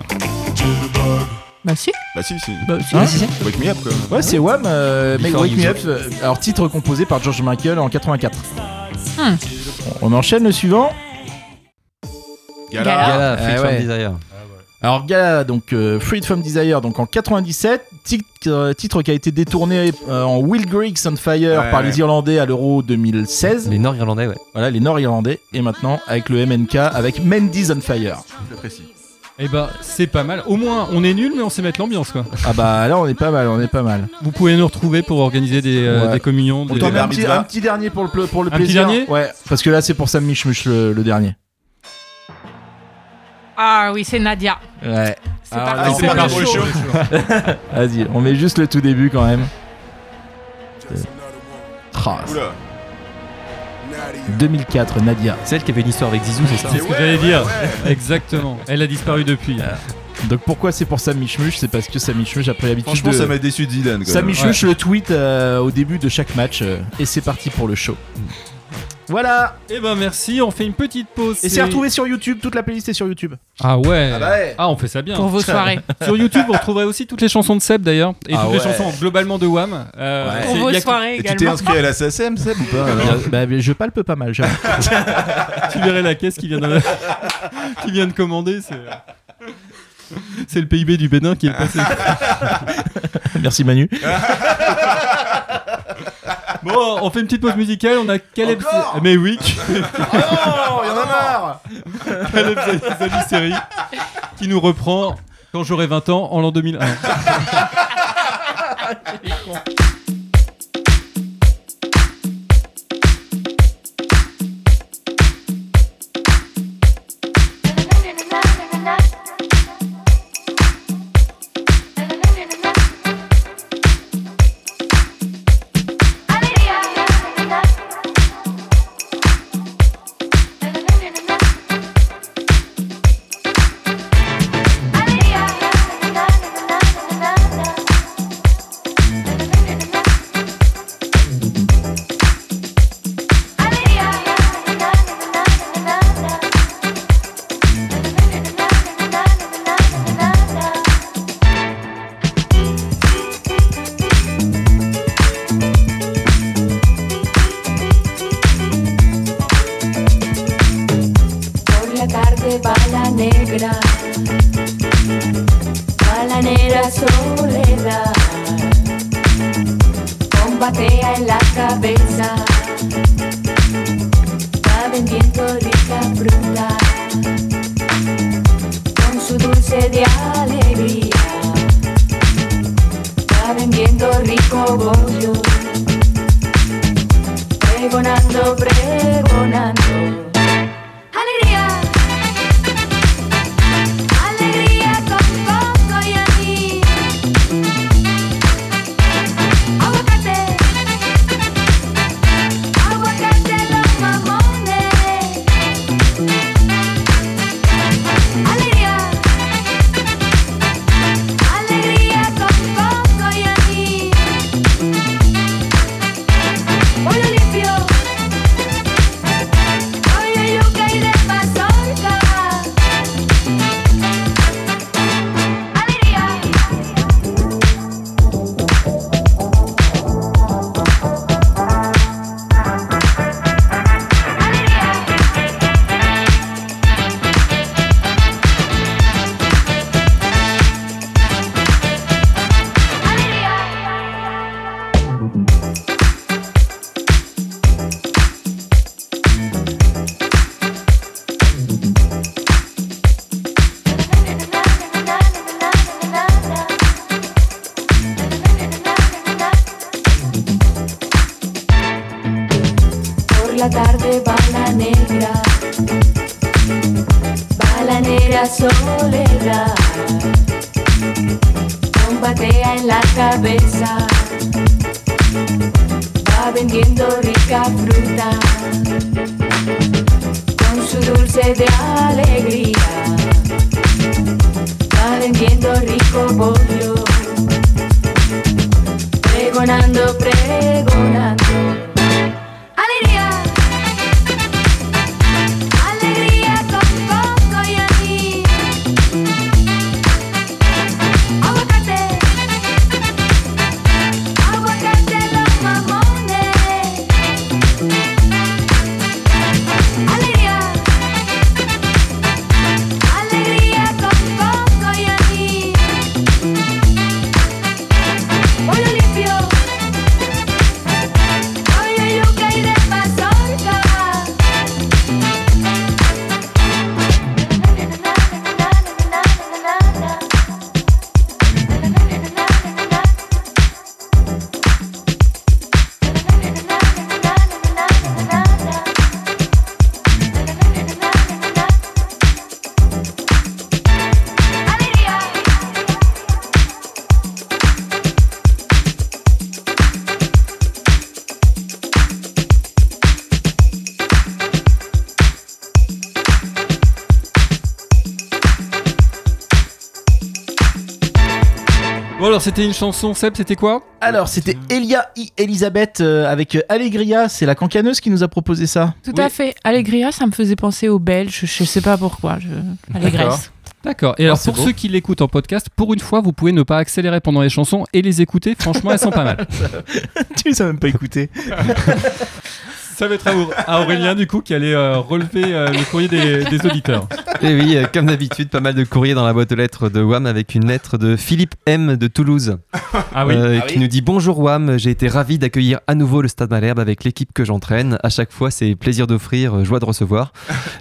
[SPEAKER 9] Bah si.
[SPEAKER 10] Bah si, si.
[SPEAKER 9] Bah si.
[SPEAKER 7] Hein
[SPEAKER 10] Wake me up, quoi.
[SPEAKER 7] Ouais, c'est Wham. euh, mais
[SPEAKER 8] Before
[SPEAKER 7] Wake
[SPEAKER 8] You
[SPEAKER 7] Me
[SPEAKER 8] Go.
[SPEAKER 7] Up. euh, Alors titre composé par George Michael en 84.
[SPEAKER 9] Hmm.
[SPEAKER 7] On on enchaîne le suivant.
[SPEAKER 10] Gala.
[SPEAKER 9] Gala.
[SPEAKER 8] Gala,
[SPEAKER 7] Ah,
[SPEAKER 8] Freak from
[SPEAKER 7] ouais.
[SPEAKER 8] Desire.
[SPEAKER 7] Alors Gala, donc euh, Freed from Desire, donc en 97, titre, euh, titre qui a été détourné euh, en Will Griggs on Fire
[SPEAKER 10] Ouais,
[SPEAKER 7] par
[SPEAKER 10] ouais.
[SPEAKER 7] les Irlandais à l'Euro 2016.
[SPEAKER 8] Les Nord-Irlandais, ouais.
[SPEAKER 7] Voilà, les Nord-Irlandais. Et maintenant avec le MNK, avec Mendy's on Fire.
[SPEAKER 6] Eh ben, c'est pas mal. Au moins, on est nul, mais on sait mettre l'ambiance, quoi.
[SPEAKER 7] Ah bah là, on est pas mal, on est pas mal.
[SPEAKER 6] Vous pouvez nous retrouver pour organiser des, euh,
[SPEAKER 7] Ouais.
[SPEAKER 6] des communions.
[SPEAKER 10] On
[SPEAKER 6] des-
[SPEAKER 7] Attends,
[SPEAKER 10] t'en
[SPEAKER 7] mais
[SPEAKER 10] bar
[SPEAKER 7] un, petit,
[SPEAKER 10] mitzvah.
[SPEAKER 7] un petit dernier pour le, pl- pour le
[SPEAKER 6] Un petit
[SPEAKER 7] plaisir.
[SPEAKER 6] dernier
[SPEAKER 7] ouais, parce que là, c'est pour Sam Michmuch le, le dernier.
[SPEAKER 9] Ah oui, c'est Nadia.
[SPEAKER 7] Ouais.
[SPEAKER 9] C'est
[SPEAKER 7] Ah,
[SPEAKER 9] parti
[SPEAKER 7] alors,
[SPEAKER 9] pour
[SPEAKER 6] c'est
[SPEAKER 9] le
[SPEAKER 6] parti pour le
[SPEAKER 9] show.
[SPEAKER 7] Vas-y, on met juste le tout début quand même. Ah,
[SPEAKER 10] Oula.
[SPEAKER 7] 2004, Nadia.
[SPEAKER 8] Celle qui avait une histoire avec Zizou, c'est ça
[SPEAKER 6] C'est ce que j'allais dire. Exactement. Elle a disparu depuis.
[SPEAKER 7] Ah. Donc pourquoi c'est pour Sam Michmuch C'est parce que Sam Michmuch a pris l'habitude
[SPEAKER 10] Franchement,
[SPEAKER 7] de...
[SPEAKER 10] ça m'a déçu Dylan.
[SPEAKER 7] Sam
[SPEAKER 10] Michel
[SPEAKER 7] Michmuch le tweet euh, au début de chaque match. euh, et c'est parti pour le show. Voilà
[SPEAKER 6] Eh ben, merci. On fait une petite pause.
[SPEAKER 7] Et c'est retrouvé sur YouTube, toute la playlist est sur YouTube.
[SPEAKER 6] Ah ouais.
[SPEAKER 7] bah ouais.
[SPEAKER 6] Ah, on fait ça bien.
[SPEAKER 9] Pour vos soirées.
[SPEAKER 6] Sur YouTube, vous retrouverez aussi toutes les chansons de Seb d'ailleurs et
[SPEAKER 7] Ah
[SPEAKER 6] toutes les
[SPEAKER 7] ouais.
[SPEAKER 6] chansons globalement de Wham. Euh,
[SPEAKER 9] Pour
[SPEAKER 6] c'est-
[SPEAKER 9] vos
[SPEAKER 6] y a-
[SPEAKER 9] soirées
[SPEAKER 10] Et tu t'es
[SPEAKER 9] également.
[SPEAKER 10] inscrit à la SACEM, Seb, ou pas alors
[SPEAKER 7] Bah, je palpe pas
[SPEAKER 6] (laughs)
[SPEAKER 7] mal, j'avoue.
[SPEAKER 6] Tu verrais la caisse qui vient de, (laughs) qui vient de commander. C'est c'est le PIB du Bénin qui est passé.
[SPEAKER 7] Merci Manu.
[SPEAKER 6] Bon, on fait une petite pause musicale. On a Caleb.
[SPEAKER 7] Encore
[SPEAKER 6] Mais oui,
[SPEAKER 7] Oh, y'en a marre
[SPEAKER 6] Caleb Série qui nous reprend quand j'aurai 20 ans en l'an 2001.
[SPEAKER 12] Thank
[SPEAKER 13] batea en la cabeza. Va vendiendo rica fruta con su dulce de alegría. Va vendiendo rico bollo, pregonando, pregonando. Alegría, alegría con coco y anís. Aguacate, aguacate los mamones. Alegría, alegría con coco y anís. Pollo limpio, pollo yuca y de mazorca. Alegría. Por la tarde va la negra, va la negra soledad. Con batea en la cabeza, va vendiendo rica fruta. Con su dulce de alegría, va vendiendo rico bollo. Pregonando, pregonando. Alegría, alegría con coco y anís. Aguacate, aguacate los mamones. Alegría, alegría con coco y anís. Pollo limpio, pollo yuca y de mazorca.
[SPEAKER 6] Bon alors c'était une chanson, Seb, c'était quoi
[SPEAKER 7] Alors c'était Elia I. Elisabeth euh, avec euh, Allegria, c'est la cancaneuse qui nous a proposé
[SPEAKER 6] (laughs)
[SPEAKER 7] ça.
[SPEAKER 9] Tout à fait. Allegria, ça me faisait penser aux Belges. Je sais pas pourquoi. Je... Allegresse.
[SPEAKER 6] D'accord. Et
[SPEAKER 7] Ah,
[SPEAKER 6] alors
[SPEAKER 7] c'est
[SPEAKER 6] pour
[SPEAKER 7] beau.
[SPEAKER 6] ceux qui l'écoutent en podcast, pour une fois, vous pouvez ne pas accélérer pendant les chansons et les écouter. Franchement, elles sont pas mal.
[SPEAKER 7] tu les as même pas écouté.
[SPEAKER 6] (laughs) Ça va être à, Aur- à Aurélien du coup qui allait euh, relever euh, le courrier des, des auditeurs.
[SPEAKER 8] Et oui, euh, comme d'habitude, pas mal de courriers dans la boîte aux lettres de WAM avec une lettre de Philippe M de Toulouse. euh,
[SPEAKER 6] Ah oui. Ah
[SPEAKER 8] qui
[SPEAKER 6] oui.
[SPEAKER 8] nous dit Bonjour WAM, j'ai été ravi d'accueillir à nouveau le Stade Malherbe avec l'équipe que j'entraîne. À chaque fois, c'est plaisir d'offrir, euh, joie de recevoir.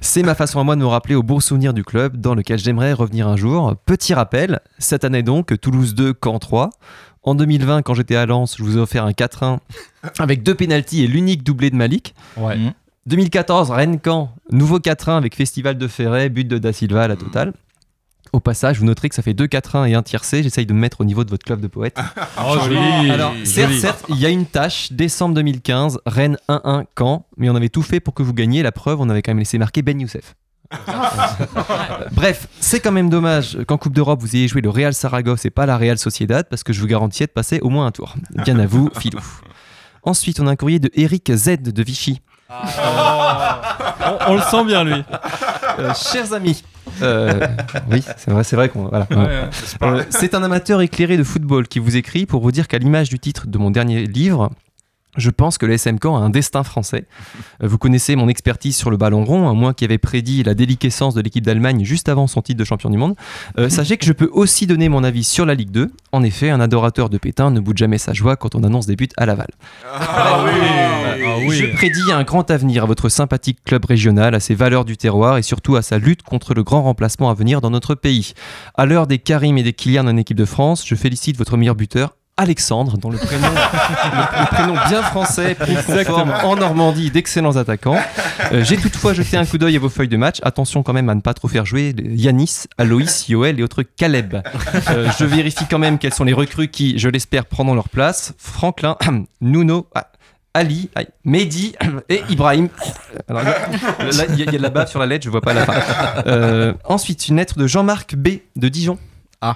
[SPEAKER 8] C'est ma façon à moi de me rappeler aux bons souvenirs du club dans lequel j'aimerais revenir un jour. Petit rappel, cette année donc, Toulouse 2, Caen 3. En 2020, quand j'étais à Lens, je vous ai offert un 4-1 avec deux pénalties et l'unique doublé de Malik.
[SPEAKER 6] Ouais.
[SPEAKER 8] 2014, Rennes-Camp, nouveau 4-1 avec Festival de Ferret, but de Da Silva à la totale. Au passage, vous noterez que ça fait 2 4-1 et 1 tiercé. J'essaye de me mettre au niveau de votre club de poète.
[SPEAKER 6] Oh, joli,
[SPEAKER 8] Alors,
[SPEAKER 6] joli.
[SPEAKER 8] certes, certes, il y a une tâche. Décembre 2015, Rennes 1-1, Caen. Mais on avait tout fait pour que vous gagniez. La preuve, on avait quand même laissé marquer Ben Youssef. Bref, c'est quand même dommage qu'en Coupe d'Europe vous ayez joué le Real Saragosse et pas la Real Sociedad parce que je vous garantis de passer au moins un tour. Bien à vous, Filou. Ensuite, on a un courrier de Eric Z de Vichy.
[SPEAKER 6] On, on le sent bien lui.
[SPEAKER 8] Euh, chers amis. Euh, oui, c'est vrai, c'est vrai qu'on. voilà.
[SPEAKER 6] Ouais, ouais, c'est pas-
[SPEAKER 8] Euh, c'est un amateur éclairé de football qui vous écrit pour vous dire qu'à l'image du titre de mon dernier livre, Je pense que le SM Camp a un destin français. Euh, Vous connaissez mon expertise sur le ballon rond, hein, moi qui avais prédit la déliquescence de l'équipe d'Allemagne juste avant son titre de champion du monde.
[SPEAKER 6] (laughs)
[SPEAKER 8] Euh, sachez que je peux aussi donner mon avis sur la Ligue 2. En effet, un adorateur de Pétain ne boude jamais sa joie quand on annonce des buts à Laval.
[SPEAKER 6] Ah
[SPEAKER 8] Je prédis un grand avenir à votre sympathique club régional, à ses valeurs du terroir et surtout à sa lutte contre le grand remplacement à venir dans notre pays. À l'heure des Karim et des Kylian en équipe de France, je félicite votre meilleur buteur, Alexandre, dont le prénom, le, le prénom bien français, plus conforme
[SPEAKER 6] Exactement.
[SPEAKER 8] en Normandie d'excellents attaquants. Euh, J'ai toutefois jeté un coup d'œil à vos feuilles de match. Attention quand même à ne pas trop faire jouer les Yanis, Aloïs, Yoel et autres Caleb. Euh, je vérifie quand même quels sont les recrues qui, je l'espère, prendront leur place. Franklin, (clears throat) Nuno, ah, Ali, aïe, Mehdi (clears throat) et Ibrahim. Alors, là, il y, a- il y a de la bave sur la lettre, je vois pas la fin. Euh, ensuite, une lettre de Jean-Marc B de Dijon. Ah.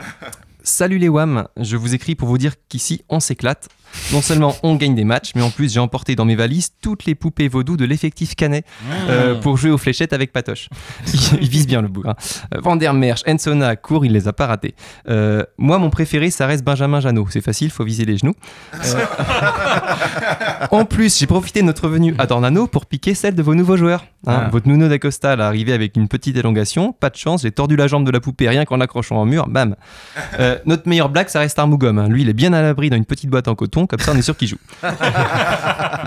[SPEAKER 8] Salut les WAM, je vous écris pour vous dire qu'ici on s'éclate. Non seulement on gagne des matchs, mais en plus j'ai emporté dans mes valises toutes les poupées vaudou de l'effectif canet euh,
[SPEAKER 6] Mmh.
[SPEAKER 8] pour jouer aux fléchettes avec Patoche. il, il vise bien le bout. Hein. Euh, Van der Merch, Ensona, Cour, il les a pas ratés. Euh, moi, mon préféré, ça reste Benjamin Janot. C'est facile, faut viser les genoux. Euh, en plus, j'ai profité de notre venue à Dornano pour piquer celle de vos nouveaux joueurs. Hein,
[SPEAKER 6] Ah.
[SPEAKER 8] Votre Nuno d'Acosta est arrivé avec une petite élongation. Pas de chance, j'ai tordu la jambe de la poupée rien qu'en l'accrochant au mur. Bam. Euh, notre meilleur blague, ça reste Armougom. hein. Lui, il est bien à l'abri dans une petite boîte en coton, comme ça on est sûr qu'il joue.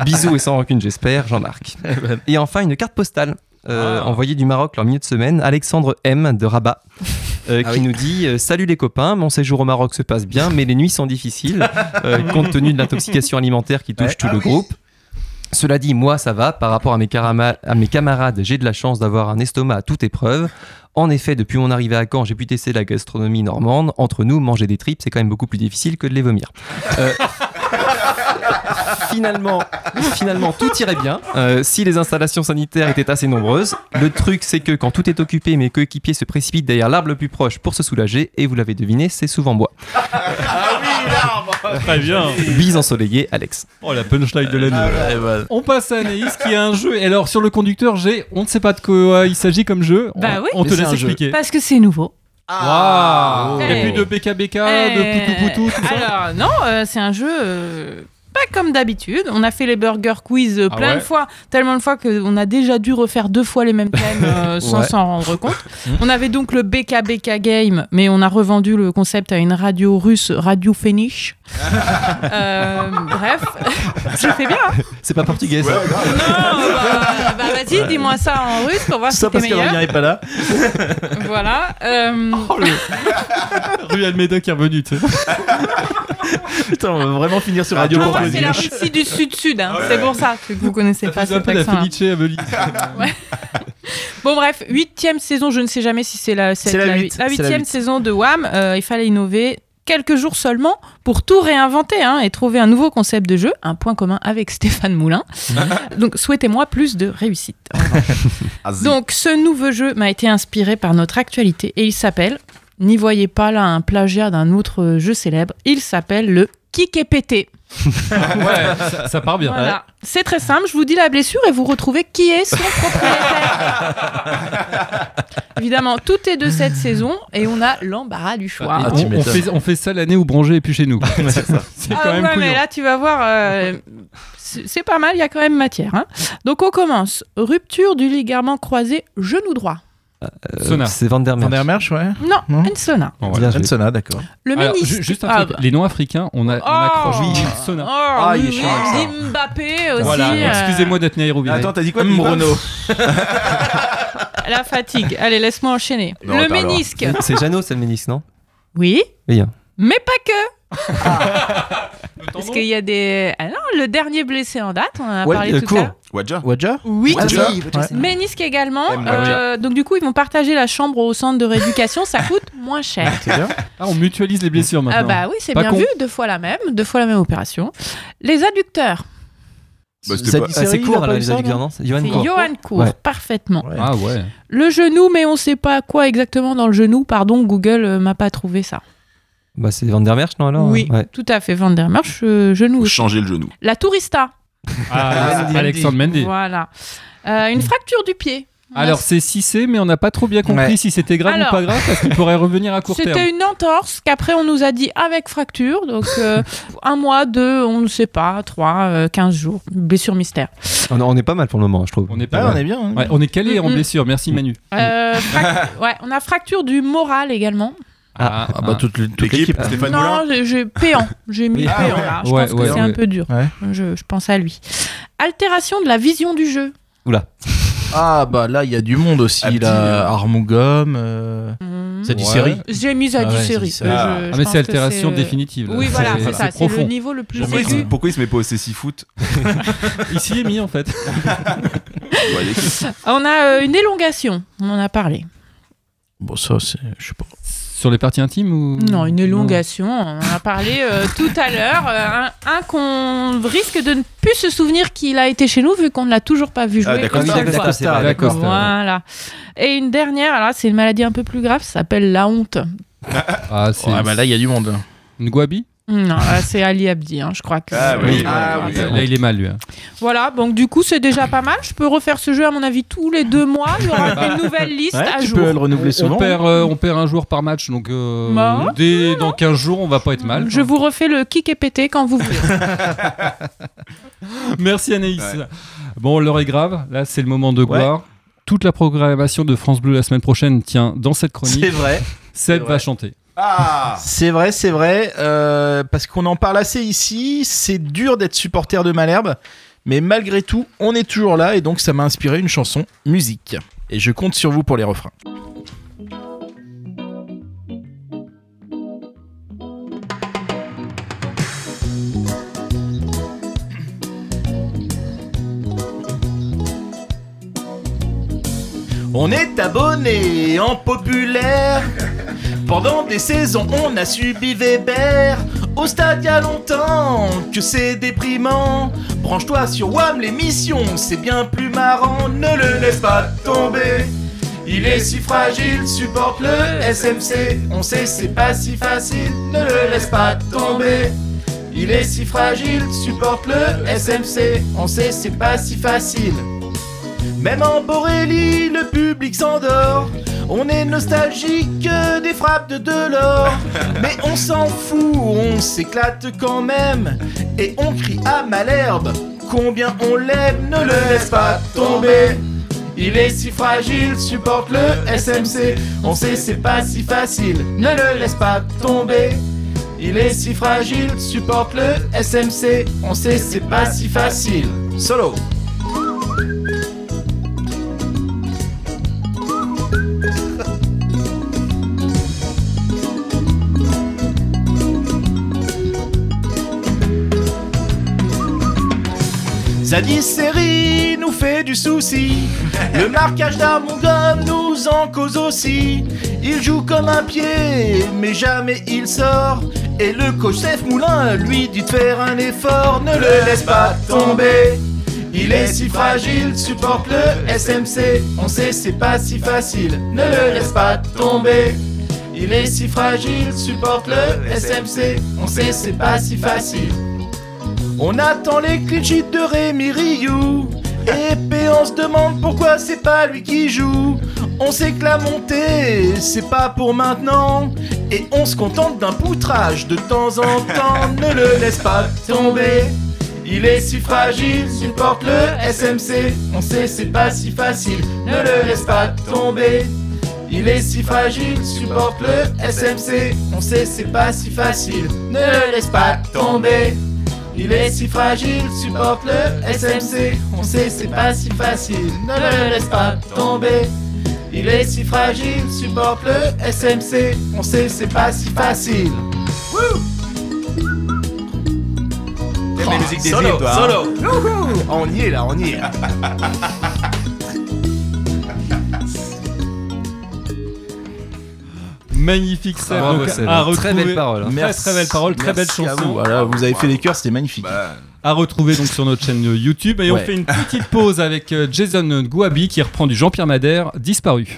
[SPEAKER 8] Bisous et sans rancune, j'espère, Jean-Marc. Et enfin, une carte postale. euh, envoyée du Maroc leur milieu de semaine, Alexandre M de Rabat, euh, qui nous dit euh, Salut les copains, mon séjour au Maroc se passe bien, mais les nuits sont difficiles,
[SPEAKER 7] (laughs)
[SPEAKER 8] euh, compte tenu de l'intoxication alimentaire qui touche
[SPEAKER 7] Ouais.
[SPEAKER 8] tout
[SPEAKER 7] Ah
[SPEAKER 8] le
[SPEAKER 7] oui.
[SPEAKER 8] groupe. Cela dit, moi, ça va. Par rapport à mes, carama- à mes camarades, j'ai de la chance d'avoir un estomac à toute épreuve. En effet, depuis mon arrivée à Caen, j'ai pu tester la gastronomie normande. Entre nous, manger des tripes, c'est quand même beaucoup plus difficile que de les vomir.
[SPEAKER 7] (laughs)
[SPEAKER 8] Euh, finalement, finalement, tout irait bien euh, si les installations sanitaires étaient assez nombreuses. Le truc, c'est que quand tout est occupé, mes coéquipiers se précipitent derrière l'arbre le plus proche pour se soulager. Et vous l'avez deviné, c'est souvent moi.
[SPEAKER 6] Très bien.
[SPEAKER 8] Bise ensoleillée, Alex.
[SPEAKER 6] Oh la punchline de l'année.
[SPEAKER 7] Ah, ouais, ouais.
[SPEAKER 6] On passe à Anaïs qui a un jeu. Et alors sur le conducteur, j'ai on ne sait pas de quoi il s'agit comme jeu. On-
[SPEAKER 9] Bah oui.
[SPEAKER 6] On te laisse expliquer.
[SPEAKER 9] Parce que c'est nouveau.
[SPEAKER 6] Waouh Il n'y a
[SPEAKER 9] Eh.
[SPEAKER 6] plus de BKBK,
[SPEAKER 9] Euh,
[SPEAKER 6] de Poutou Poutou, tout ça.
[SPEAKER 9] Alors, non, euh, c'est un jeu. euh, Pas comme d'habitude, on a fait les burger quiz euh,
[SPEAKER 6] Ah
[SPEAKER 9] plein
[SPEAKER 6] ouais
[SPEAKER 9] de fois, tellement de fois qu'on a déjà dû refaire deux fois les mêmes thèmes
[SPEAKER 6] (laughs)
[SPEAKER 9] euh, sans
[SPEAKER 14] Ouais.
[SPEAKER 9] s'en rendre compte.
[SPEAKER 6] Mm.
[SPEAKER 9] on avait donc le BKBK Game, mais on a revendu le concept à une radio russe, Radio
[SPEAKER 6] (laughs)
[SPEAKER 9] Phoenix. Euh, bref, (laughs) je fais bien. hein.
[SPEAKER 7] C'est pas portugais ça.
[SPEAKER 9] Non, bah, bah, vas-y, dis-moi ça en russe pour voir
[SPEAKER 7] Tout
[SPEAKER 9] si t'es
[SPEAKER 7] ça parce
[SPEAKER 9] meilleur.
[SPEAKER 7] qu'Aurélien est pas là.
[SPEAKER 9] Voilà.
[SPEAKER 6] Oh,
[SPEAKER 9] euh,
[SPEAKER 6] Rue Almeida qui est revenu, tu sais. Ah,
[SPEAKER 7] Putain, on va vraiment finir sur Radio
[SPEAKER 9] Enfin,
[SPEAKER 7] Campus.
[SPEAKER 9] Ah, c'est la Russie du Sud-Sud, hein. c'est pour ça que vous connaissez pas
[SPEAKER 6] Ah, C'est un
[SPEAKER 9] cet
[SPEAKER 6] peu la
[SPEAKER 9] accent. hein.
[SPEAKER 6] Felice à Belize.
[SPEAKER 9] Bon bref, huitième saison, je ne sais jamais si c'est la sept,
[SPEAKER 6] C'est la
[SPEAKER 9] huit-
[SPEAKER 6] huit,
[SPEAKER 9] la
[SPEAKER 6] c'est la
[SPEAKER 9] huitième
[SPEAKER 6] huit.
[SPEAKER 9] saison de Wham. euh, il fallait innover quelques jours seulement pour tout réinventer hein, et trouver un nouveau concept de jeu. Un point commun avec Stéphane
[SPEAKER 6] (laughs)
[SPEAKER 9] Moulin. Donc souhaitez-moi plus de réussite. en revanche.
[SPEAKER 6] Ah,
[SPEAKER 9] Donc ce nouveau jeu m'a été inspiré par notre actualité et il s'appelle. N'y voyez pas là un plagiat d'un autre jeu célèbre. Il s'appelle le kick et pété.
[SPEAKER 6] Ouais, ça, ça part bien.
[SPEAKER 9] Voilà. C'est très simple, je vous dis la blessure et vous retrouvez qui est son propriétaire.
[SPEAKER 6] (laughs)
[SPEAKER 9] Évidemment, tout est de cette saison et on a l'embarras du choix.
[SPEAKER 8] Ah,
[SPEAKER 6] On- on, fait, on fait ça l'année où Branger est plus
[SPEAKER 8] (laughs)
[SPEAKER 6] chez nous. c'est ça. C'est
[SPEAKER 9] Ah
[SPEAKER 6] quand même hein.
[SPEAKER 9] ouais,
[SPEAKER 6] couillon.
[SPEAKER 9] mais là tu vas voir, euh, c'est c'est pas mal, il y a quand même matière. hein. Donc on commence. Rupture du ligament croisé genou droit.
[SPEAKER 8] Euh,
[SPEAKER 6] Sona.
[SPEAKER 8] C'est Van der Merch.
[SPEAKER 7] Merch, ouais.
[SPEAKER 9] Non, Ensona.
[SPEAKER 6] Bon, voilà.
[SPEAKER 7] Bien joué. Ensona, d'accord.
[SPEAKER 9] Le
[SPEAKER 6] Alors,
[SPEAKER 9] ministre-
[SPEAKER 6] ju- Juste un
[SPEAKER 9] Ah
[SPEAKER 6] truc, les noms africains, on, a, on accroche. Sona.
[SPEAKER 9] Oh,
[SPEAKER 6] Ah, il est
[SPEAKER 9] oui,
[SPEAKER 6] chiant avec
[SPEAKER 9] oui, Mbappé aussi.
[SPEAKER 6] Voilà,
[SPEAKER 9] euh,
[SPEAKER 6] Ah, excusez-moi d'être Nairobi.
[SPEAKER 7] Attends, t'as dit quoi,
[SPEAKER 6] Mbrono.
[SPEAKER 7] Bruno
[SPEAKER 9] La fatigue. Allez, laisse-moi enchaîner.
[SPEAKER 8] Non,
[SPEAKER 9] le
[SPEAKER 8] attends, alors.
[SPEAKER 9] ménisque.
[SPEAKER 8] C'est Jeannot, c'est le ménisque, non
[SPEAKER 9] Oui.
[SPEAKER 8] Oui. hein.
[SPEAKER 9] Mais pas
[SPEAKER 6] (laughs)
[SPEAKER 9] que Parce qu'il y a des. Ah non, le dernier blessé en date, on en a parlé
[SPEAKER 8] euh,
[SPEAKER 9] tout à l'heure.
[SPEAKER 10] Wadja
[SPEAKER 7] Wadja
[SPEAKER 9] Oui,
[SPEAKER 7] Wadja
[SPEAKER 9] oui,
[SPEAKER 7] Ouais.
[SPEAKER 9] Ménisque également.
[SPEAKER 7] M.
[SPEAKER 9] Euh, donc, du coup, ils vont partager la chambre au centre de rééducation. Ça coûte
[SPEAKER 6] (laughs)
[SPEAKER 9] moins cher.
[SPEAKER 6] C'est bien. Ah, on mutualise les blessures
[SPEAKER 9] Ah,
[SPEAKER 6] maintenant.
[SPEAKER 9] bah oui, c'est
[SPEAKER 6] Pas
[SPEAKER 9] bien
[SPEAKER 6] con.
[SPEAKER 9] vu. Deux fois la même, deux fois la même opération. Les adducteurs.
[SPEAKER 10] Bah,
[SPEAKER 8] c'était pas- Ah, c'est court,
[SPEAKER 7] là,
[SPEAKER 8] les adducteurs, non C'est Johan
[SPEAKER 9] C'est
[SPEAKER 8] Cour.
[SPEAKER 9] Johan Cour,
[SPEAKER 8] Ouais.
[SPEAKER 9] parfaitement.
[SPEAKER 6] Ah ouais.
[SPEAKER 9] Le genou, mais on sait pas quoi exactement dans le genou. Pardon, Google euh, m'a pas trouvé ça.
[SPEAKER 8] Bah, c'est Van der Merch, non alors
[SPEAKER 9] oui,
[SPEAKER 8] Ouais.
[SPEAKER 9] tout à fait. Van der Merch, euh, genou.
[SPEAKER 10] Changer le genou.
[SPEAKER 9] La tourista.
[SPEAKER 6] Ah, Alexandre Mendy.
[SPEAKER 9] Voilà. Euh, une fracture du pied.
[SPEAKER 6] Alors c'est 6C, mais on n'a pas trop bien compris
[SPEAKER 4] Ouais.
[SPEAKER 6] si c'était grave
[SPEAKER 9] Alors.
[SPEAKER 6] ou pas grave, parce qu'il pourrait revenir
[SPEAKER 9] (laughs)
[SPEAKER 6] à court terme.
[SPEAKER 9] C'était une entorse qu'après on nous a dit avec fracture,
[SPEAKER 6] (laughs)
[SPEAKER 9] donc euh, un mois, deux, on ne sait pas, trois, euh, quinze jours, blessure mystère.
[SPEAKER 8] On, on est pas mal pour le moment, je trouve. On
[SPEAKER 6] est pas mal. Ouais, on est calé en
[SPEAKER 9] Mhm.
[SPEAKER 6] blessure, merci Manu.
[SPEAKER 9] Euh, frac- ouais, on a fracture du moral également.
[SPEAKER 6] Ah,
[SPEAKER 4] bah, toute l- toute l'équipe.
[SPEAKER 9] non, j'ai- j'ai péant, j'ai mis
[SPEAKER 4] Ah,
[SPEAKER 9] péant
[SPEAKER 4] ouais.
[SPEAKER 9] là. Je
[SPEAKER 4] Ouais,
[SPEAKER 9] pense
[SPEAKER 4] ouais,
[SPEAKER 9] que c'est
[SPEAKER 4] ouais.
[SPEAKER 9] un peu dur.
[SPEAKER 4] Ouais.
[SPEAKER 9] Je, je pense à lui. Altération de la vision du jeu.
[SPEAKER 8] Oula.
[SPEAKER 4] Ah bah là il y a du monde aussi là, Armougom. C'est
[SPEAKER 6] du série.
[SPEAKER 9] J'ai mis à
[SPEAKER 4] Ah
[SPEAKER 9] du
[SPEAKER 4] ouais,
[SPEAKER 9] série.
[SPEAKER 4] c'est
[SPEAKER 9] Euh,
[SPEAKER 4] ça.
[SPEAKER 9] je-
[SPEAKER 6] Ah,
[SPEAKER 9] je
[SPEAKER 6] mais
[SPEAKER 9] pense
[SPEAKER 6] c'est
[SPEAKER 9] que
[SPEAKER 6] altération
[SPEAKER 9] c'est-
[SPEAKER 6] définitive, là.
[SPEAKER 9] Oui, voilà,
[SPEAKER 6] C'est-
[SPEAKER 9] c'est
[SPEAKER 6] c'est
[SPEAKER 9] ça. C'est le
[SPEAKER 6] profond.
[SPEAKER 9] niveau le plus
[SPEAKER 10] Pourquoi il se-
[SPEAKER 9] aigu.
[SPEAKER 10] Pourquoi il se met pas au C6 foot
[SPEAKER 6] Il s'y est mis en fait.
[SPEAKER 10] Ouais, les-
[SPEAKER 9] On a euh, une élongation, on en a parlé.
[SPEAKER 4] Bon ça c'est je sais pas.
[SPEAKER 6] Sur les parties intimes ou
[SPEAKER 9] Non, une élongation, on en a parlé euh, tout à l'heure. euh, un un qu'on risque de ne plus se souvenir qu'il a été chez nous vu qu'on ne l'a toujours pas vu jouer.
[SPEAKER 8] Ah, d'accord,
[SPEAKER 9] une
[SPEAKER 8] oui,
[SPEAKER 9] seule
[SPEAKER 8] d'accord,
[SPEAKER 9] fois.
[SPEAKER 8] c'est vrai, d'accord.
[SPEAKER 9] Voilà. Et une dernière, alors là, c'est une maladie un peu plus grave, ça s'appelle la honte.
[SPEAKER 6] Ah, c'est-
[SPEAKER 4] bah là il y a du monde.
[SPEAKER 6] Une guabi
[SPEAKER 9] Non, là, c'est Ali Abdi, hein, je crois que.
[SPEAKER 8] Ah
[SPEAKER 6] Là il est mal lui. hein.
[SPEAKER 9] Voilà, donc du coup, c'est déjà pas mal. Je peux refaire ce jeu, à mon avis, tous les deux mois. Il y aura
[SPEAKER 8] (laughs)
[SPEAKER 9] une nouvelle liste à jour.
[SPEAKER 6] on, On perd, euh, on perd un jour par match, donc euh,
[SPEAKER 9] Bah,
[SPEAKER 6] dès, dans 15 jours, on va pas être mal.
[SPEAKER 8] hein.
[SPEAKER 9] Je vous refais le kick et pété quand vous voulez.
[SPEAKER 8] (laughs)
[SPEAKER 6] Merci Anaïs.
[SPEAKER 9] Ouais.
[SPEAKER 6] Bon, l'heure est grave. Là, c'est le moment de gloire.
[SPEAKER 4] Ouais.
[SPEAKER 6] Toute la programmation de France Bleu la semaine prochaine tient dans cette chronique.
[SPEAKER 4] C'est vrai.
[SPEAKER 6] (laughs) Seb
[SPEAKER 4] C'est vrai.
[SPEAKER 6] va chanter.
[SPEAKER 4] C'est vrai, c'est vrai, euh, parce qu'on en parle assez ici, c'est dur d'être supporter de Malherbe, mais malgré tout, on est toujours là et donc ça m'a inspiré une chanson, musique. Et je compte sur vous pour les refrains. On est abonné en populaire. Pendant des saisons, on a subi Weber. Au stade, y a longtemps que c'est déprimant. Branche-toi sur WAM, l'émission, c'est bien plus marrant. Ne le laisse pas tomber. Il est si fragile, supporte le SMC. On sait, c'est pas si facile. Ne le laisse pas tomber. Il est si fragile, supporte le SMC. On sait, c'est pas si facile. Même en Borélie, le public s'endort. On est nostalgique des frappes de Delors. Mais on s'en fout, on s'éclate quand même. Et on crie à Malherbe, combien on l'aime, ne le laisse pas tomber. Il est si fragile, supporte le SMC. On sait, c'est pas si facile, ne le laisse pas tomber. Il est si fragile, supporte le SMC. On sait, c'est pas si facile. Solo. Zadie Série nous fait du souci. Le marquage d'Armongom nous en cause aussi. Il joue comme un pied, mais jamais il sort. Et le coach Chef Moulin lui dit de faire un effort. Ne le laisse pas tomber. Il est si fragile, supporte le SMC. On sait, c'est pas si facile. Ne le laisse pas tomber. Il est si fragile, supporte le SMC. On sait, c'est pas si facile. On attend les clean sheets de Rémi Rioux. Et Péan se demande pourquoi c'est pas lui qui joue. On sait que la montée, c'est pas pour maintenant. Et on se contente d'un poutrage de temps en temps. ne le laisse pas tomber. Il est si fragile, supporte le SMC. On sait c'est pas si facile. Ne le laisse pas tomber. Il est si fragile, supporte le SMC. On sait c'est pas si facile. Ne le laisse pas tomber. Il est si fragile, supporte le SMC. On sait c'est pas si facile, ne le laisse pas tomber. Il est si fragile, supporte le SMC. On sait c'est pas si facile. Wouh
[SPEAKER 5] T'aimes les musiques des
[SPEAKER 4] Oh, solo,
[SPEAKER 5] îles, toi, hein
[SPEAKER 4] Solo, Youhou On y est là, on y est.
[SPEAKER 6] Magnifique Seb.
[SPEAKER 4] Bravo,
[SPEAKER 6] Donc,
[SPEAKER 4] Seb.
[SPEAKER 6] à retrouver-
[SPEAKER 4] Très belle parole.
[SPEAKER 8] hein.
[SPEAKER 6] Très, très belle parole, très belle
[SPEAKER 4] Merci à
[SPEAKER 6] chanson.
[SPEAKER 4] vous. Bah. Voilà, Ah vous avez fait les cœurs, c'était magnifique.
[SPEAKER 6] À retrouver donc sur notre chaîne YouTube. Et on
[SPEAKER 4] Ouais.
[SPEAKER 6] fait une petite pause avec euh, Jason Gouabi qui reprend du Jean-Pierre Madère, disparu.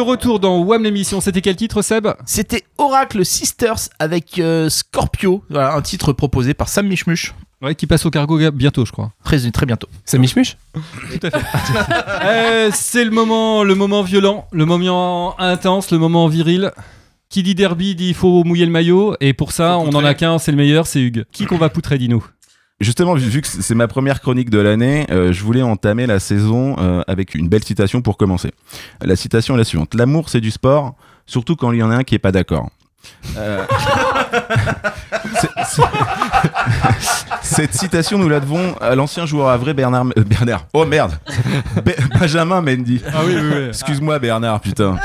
[SPEAKER 6] retour dans WAM l'émission. C'était quel titre, Seb
[SPEAKER 7] C'était Oracle Sisters avec euh, Scorpio, Voilà, un titre proposé par Sam Mishmush.
[SPEAKER 6] Ouais, qui passe au cargo ga- bientôt, je crois.
[SPEAKER 7] Très, très bientôt.
[SPEAKER 8] Sam Mishmush
[SPEAKER 6] Tout à fait. Euh, c'est le moment, le moment violent, le moment intense, le moment viril. Qui dit derby dit il faut mouiller le maillot. Et pour ça, on en a qu'un, c'est le meilleur, c'est Hugues. Qui qu'on va poutrer,
[SPEAKER 10] (laughs)
[SPEAKER 6] dis-nous
[SPEAKER 10] Justement, vu vu que c'est ma première chronique de l'année, euh, je voulais entamer la saison euh, avec une belle citation pour commencer. La citation est la suivante. L'amour, c'est du sport, surtout quand il y en a un qui est pas d'accord. Euh, c'est- c'est- Cette citation, nous la devons à l'ancien joueur à vrai Bernard... euh, Bernard. Oh merde Be- Benjamin Mendy.
[SPEAKER 6] Ah oui, oui, oui.
[SPEAKER 10] Excuse-moi Bernard, putain.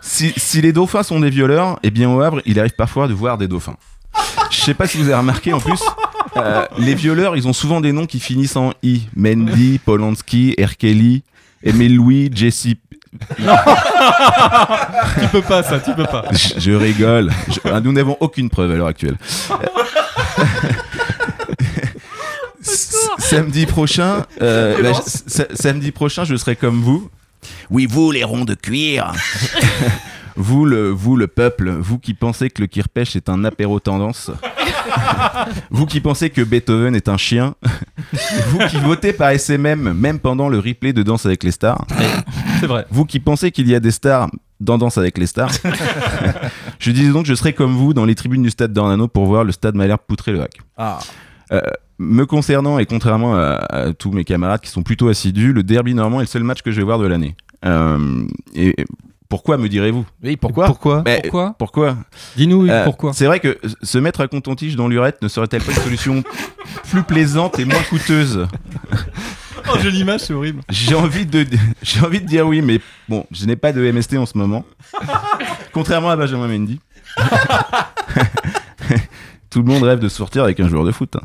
[SPEAKER 10] si, si les dauphins sont des violeurs, eh bien au Havre, il arrive parfois de voir des dauphins. Je sais pas si vous avez remarqué en plus. euh, les violeurs, ils ont souvent des noms qui finissent en i. Mendy, Polanski, Erkeli, Emile Louis, Jesse.
[SPEAKER 6] Tu peux pas, ça, tu peux pas.
[SPEAKER 10] Je, je rigole. Je- ah, nous n'avons aucune preuve à l'heure actuelle. S- samedi prochain, euh, bah, je- sa- samedi prochain, je serai comme vous. Oui, vous les ronds de cuir. (laughs) vous le, vous le peuple, vous qui pensez que le kirpèche est un apéro tendance. Vous qui pensez que Beethoven est un chien, (laughs) vous qui votez par SMM même pendant le replay de Danse avec les stars,
[SPEAKER 6] Eh, c'est vrai.
[SPEAKER 10] Vous qui pensez qu'il y a des stars dans Danse avec les
[SPEAKER 6] (laughs)
[SPEAKER 10] stars, je disais donc je serai comme vous dans les tribunes du stade d'Ornano pour voir le stade Malherbe poutrer le hack.
[SPEAKER 6] Ah.
[SPEAKER 10] Euh, me concernant et contrairement à, à tous mes camarades qui sont plutôt assidus, le derby normand est le seul match que je vais voir de l'année. Euh, et et pourquoi me direz-vous
[SPEAKER 7] Oui, pourquoi
[SPEAKER 6] Pourquoi
[SPEAKER 10] Ben,
[SPEAKER 6] Pourquoi
[SPEAKER 10] Pourquoi
[SPEAKER 6] Dis-nous
[SPEAKER 10] Euh,
[SPEAKER 6] pourquoi.
[SPEAKER 10] C'est vrai que se mettre à contentige dans l'urette ne serait-elle pas une
[SPEAKER 6] (laughs)
[SPEAKER 10] solution plus plaisante et moins coûteuse
[SPEAKER 6] Oh, jolie image, c'est horrible.
[SPEAKER 10] j'ai envie de j'ai envie de dire oui, mais bon, je n'ai pas de MST en ce
[SPEAKER 6] (laughs)
[SPEAKER 10] moment, contrairement à Benjamin Mendy. (laughs) Tout le monde rêve de sortir avec un joueur de foot. hein.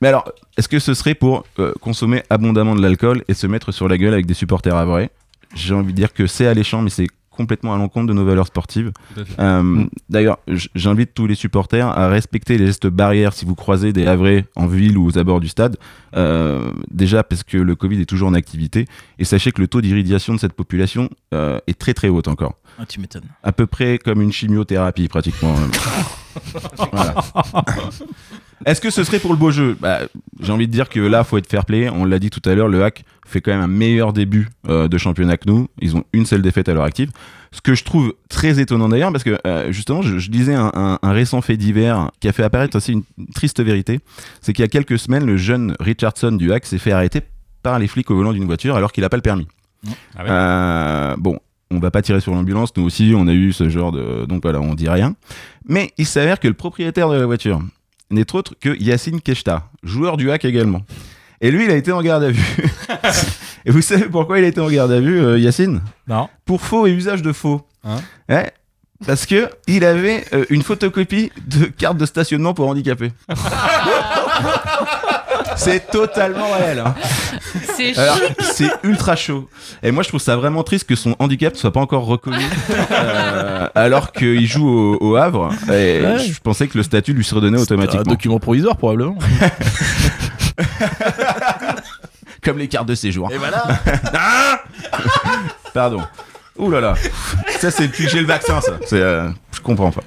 [SPEAKER 10] Mais alors, est-ce que ce serait pour euh, consommer abondamment de l'alcool et se mettre sur la gueule avec des supporters avrais J'ai envie de dire que c'est alléchant, mais c'est complètement à l'encontre de nos valeurs sportives.
[SPEAKER 6] Tout à fait.
[SPEAKER 10] Euh, D'ailleurs, j- j'invite tous les supporters à respecter les gestes barrières si vous croisez des havrés en ville ou aux abords du stade. Euh, déjà parce que le Covid est toujours en activité. Et sachez que le taux d'irradiation de cette population euh, est très très haut encore.
[SPEAKER 7] Ah, tu m'étonnes.
[SPEAKER 10] À peu près comme une chimiothérapie pratiquement. Voilà. Est-ce que ce serait pour le beau jeu Bah, J'ai envie de dire que là, faut être fair play. On l'a dit tout à l'heure, le hack fait quand même un meilleur début euh, de championnat que nous. Ils ont une seule défaite à leur active. Ce que je trouve très étonnant d'ailleurs, parce que euh, justement, je, je lisais un, un- un récent fait divers qui a fait apparaître aussi une triste vérité. C'est qu'il y a quelques semaines, le jeune Richardson du hack s'est fait arrêter par les flics au volant d'une voiture alors qu'il n'a pas le permis.
[SPEAKER 6] Ah ouais.
[SPEAKER 10] Euh, bon, on va pas tirer sur l'ambulance, nous aussi on a eu ce genre de... Donc voilà, on dit rien. Mais il s'avère que le propriétaire de la voiture n'est autre que Yacine Keshta, joueur du hack également. Et lui, il a été en garde à vue. et vous savez pourquoi il a été en garde à vue, euh, Yacine
[SPEAKER 7] Non.
[SPEAKER 10] Pour faux et usage de faux.
[SPEAKER 6] Hein
[SPEAKER 10] Ouais, parce que il avait euh, une photocopie de carte de stationnement pour handicapés. C'est totalement réel. hein.
[SPEAKER 9] C'est
[SPEAKER 10] Alors,
[SPEAKER 9] chic.
[SPEAKER 10] c'est ultra chaud. Et moi, je trouve ça vraiment triste que son handicap ne soit pas encore reconnu, euh, alors qu'il joue au, au Havre. Et
[SPEAKER 7] Ouais.
[SPEAKER 10] Je pensais que le statut lui serait donné
[SPEAKER 7] Un
[SPEAKER 10] automatiquement,
[SPEAKER 7] document provisoire, probablement.
[SPEAKER 10] comme les cartes de séjour.
[SPEAKER 7] Et voilà.
[SPEAKER 10] (laughs) Pardon. Ouh là là. Ça, c'est depuis que j'ai le vaccin, ça. C'est, euh, je comprends pas.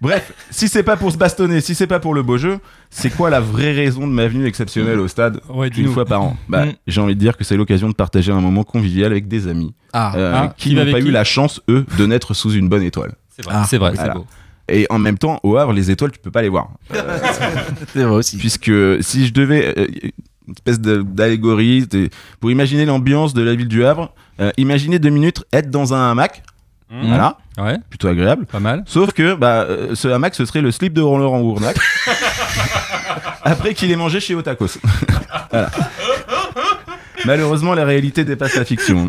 [SPEAKER 10] Bref, si c'est pas pour se bastonner, si c'est pas pour le beau jeu, c'est quoi la vraie raison de ma venue exceptionnelle au stade
[SPEAKER 6] (laughs) Ouais,
[SPEAKER 10] une
[SPEAKER 6] dis-nous.
[SPEAKER 10] fois par an Bah,
[SPEAKER 7] Mm.
[SPEAKER 10] j'ai envie de dire que c'est l'occasion de partager un moment convivial avec des amis
[SPEAKER 7] Ah.
[SPEAKER 10] euh,
[SPEAKER 6] Ah, qui
[SPEAKER 10] qui
[SPEAKER 6] va
[SPEAKER 10] n'ont
[SPEAKER 6] avec
[SPEAKER 10] pas
[SPEAKER 6] qui
[SPEAKER 10] eu la chance eux de naître sous une bonne étoile.
[SPEAKER 6] C'est vrai,
[SPEAKER 7] Ah,
[SPEAKER 6] c'est vrai.
[SPEAKER 10] voilà.
[SPEAKER 6] c'est beau.
[SPEAKER 10] Et en même temps, au Havre, les étoiles, tu peux pas les voir.
[SPEAKER 7] (laughs) C'est vrai aussi.
[SPEAKER 10] Puisque si je devais. euh, une espèce de- d'allégorie. c'est- Pour imaginer l'ambiance de la ville du Havre, euh, imaginez deux minutes être dans un hamac.
[SPEAKER 6] Mhm.
[SPEAKER 10] Voilà,
[SPEAKER 6] Ouais,
[SPEAKER 10] plutôt agréable.
[SPEAKER 6] pas mal.
[SPEAKER 10] Sauf que bah, euh, ce hamac, ce serait le slip de Laurent Wournac. après qu'il ait mangé chez Otakos. (laughs) Voilà. Malheureusement, la réalité dépasse la fiction.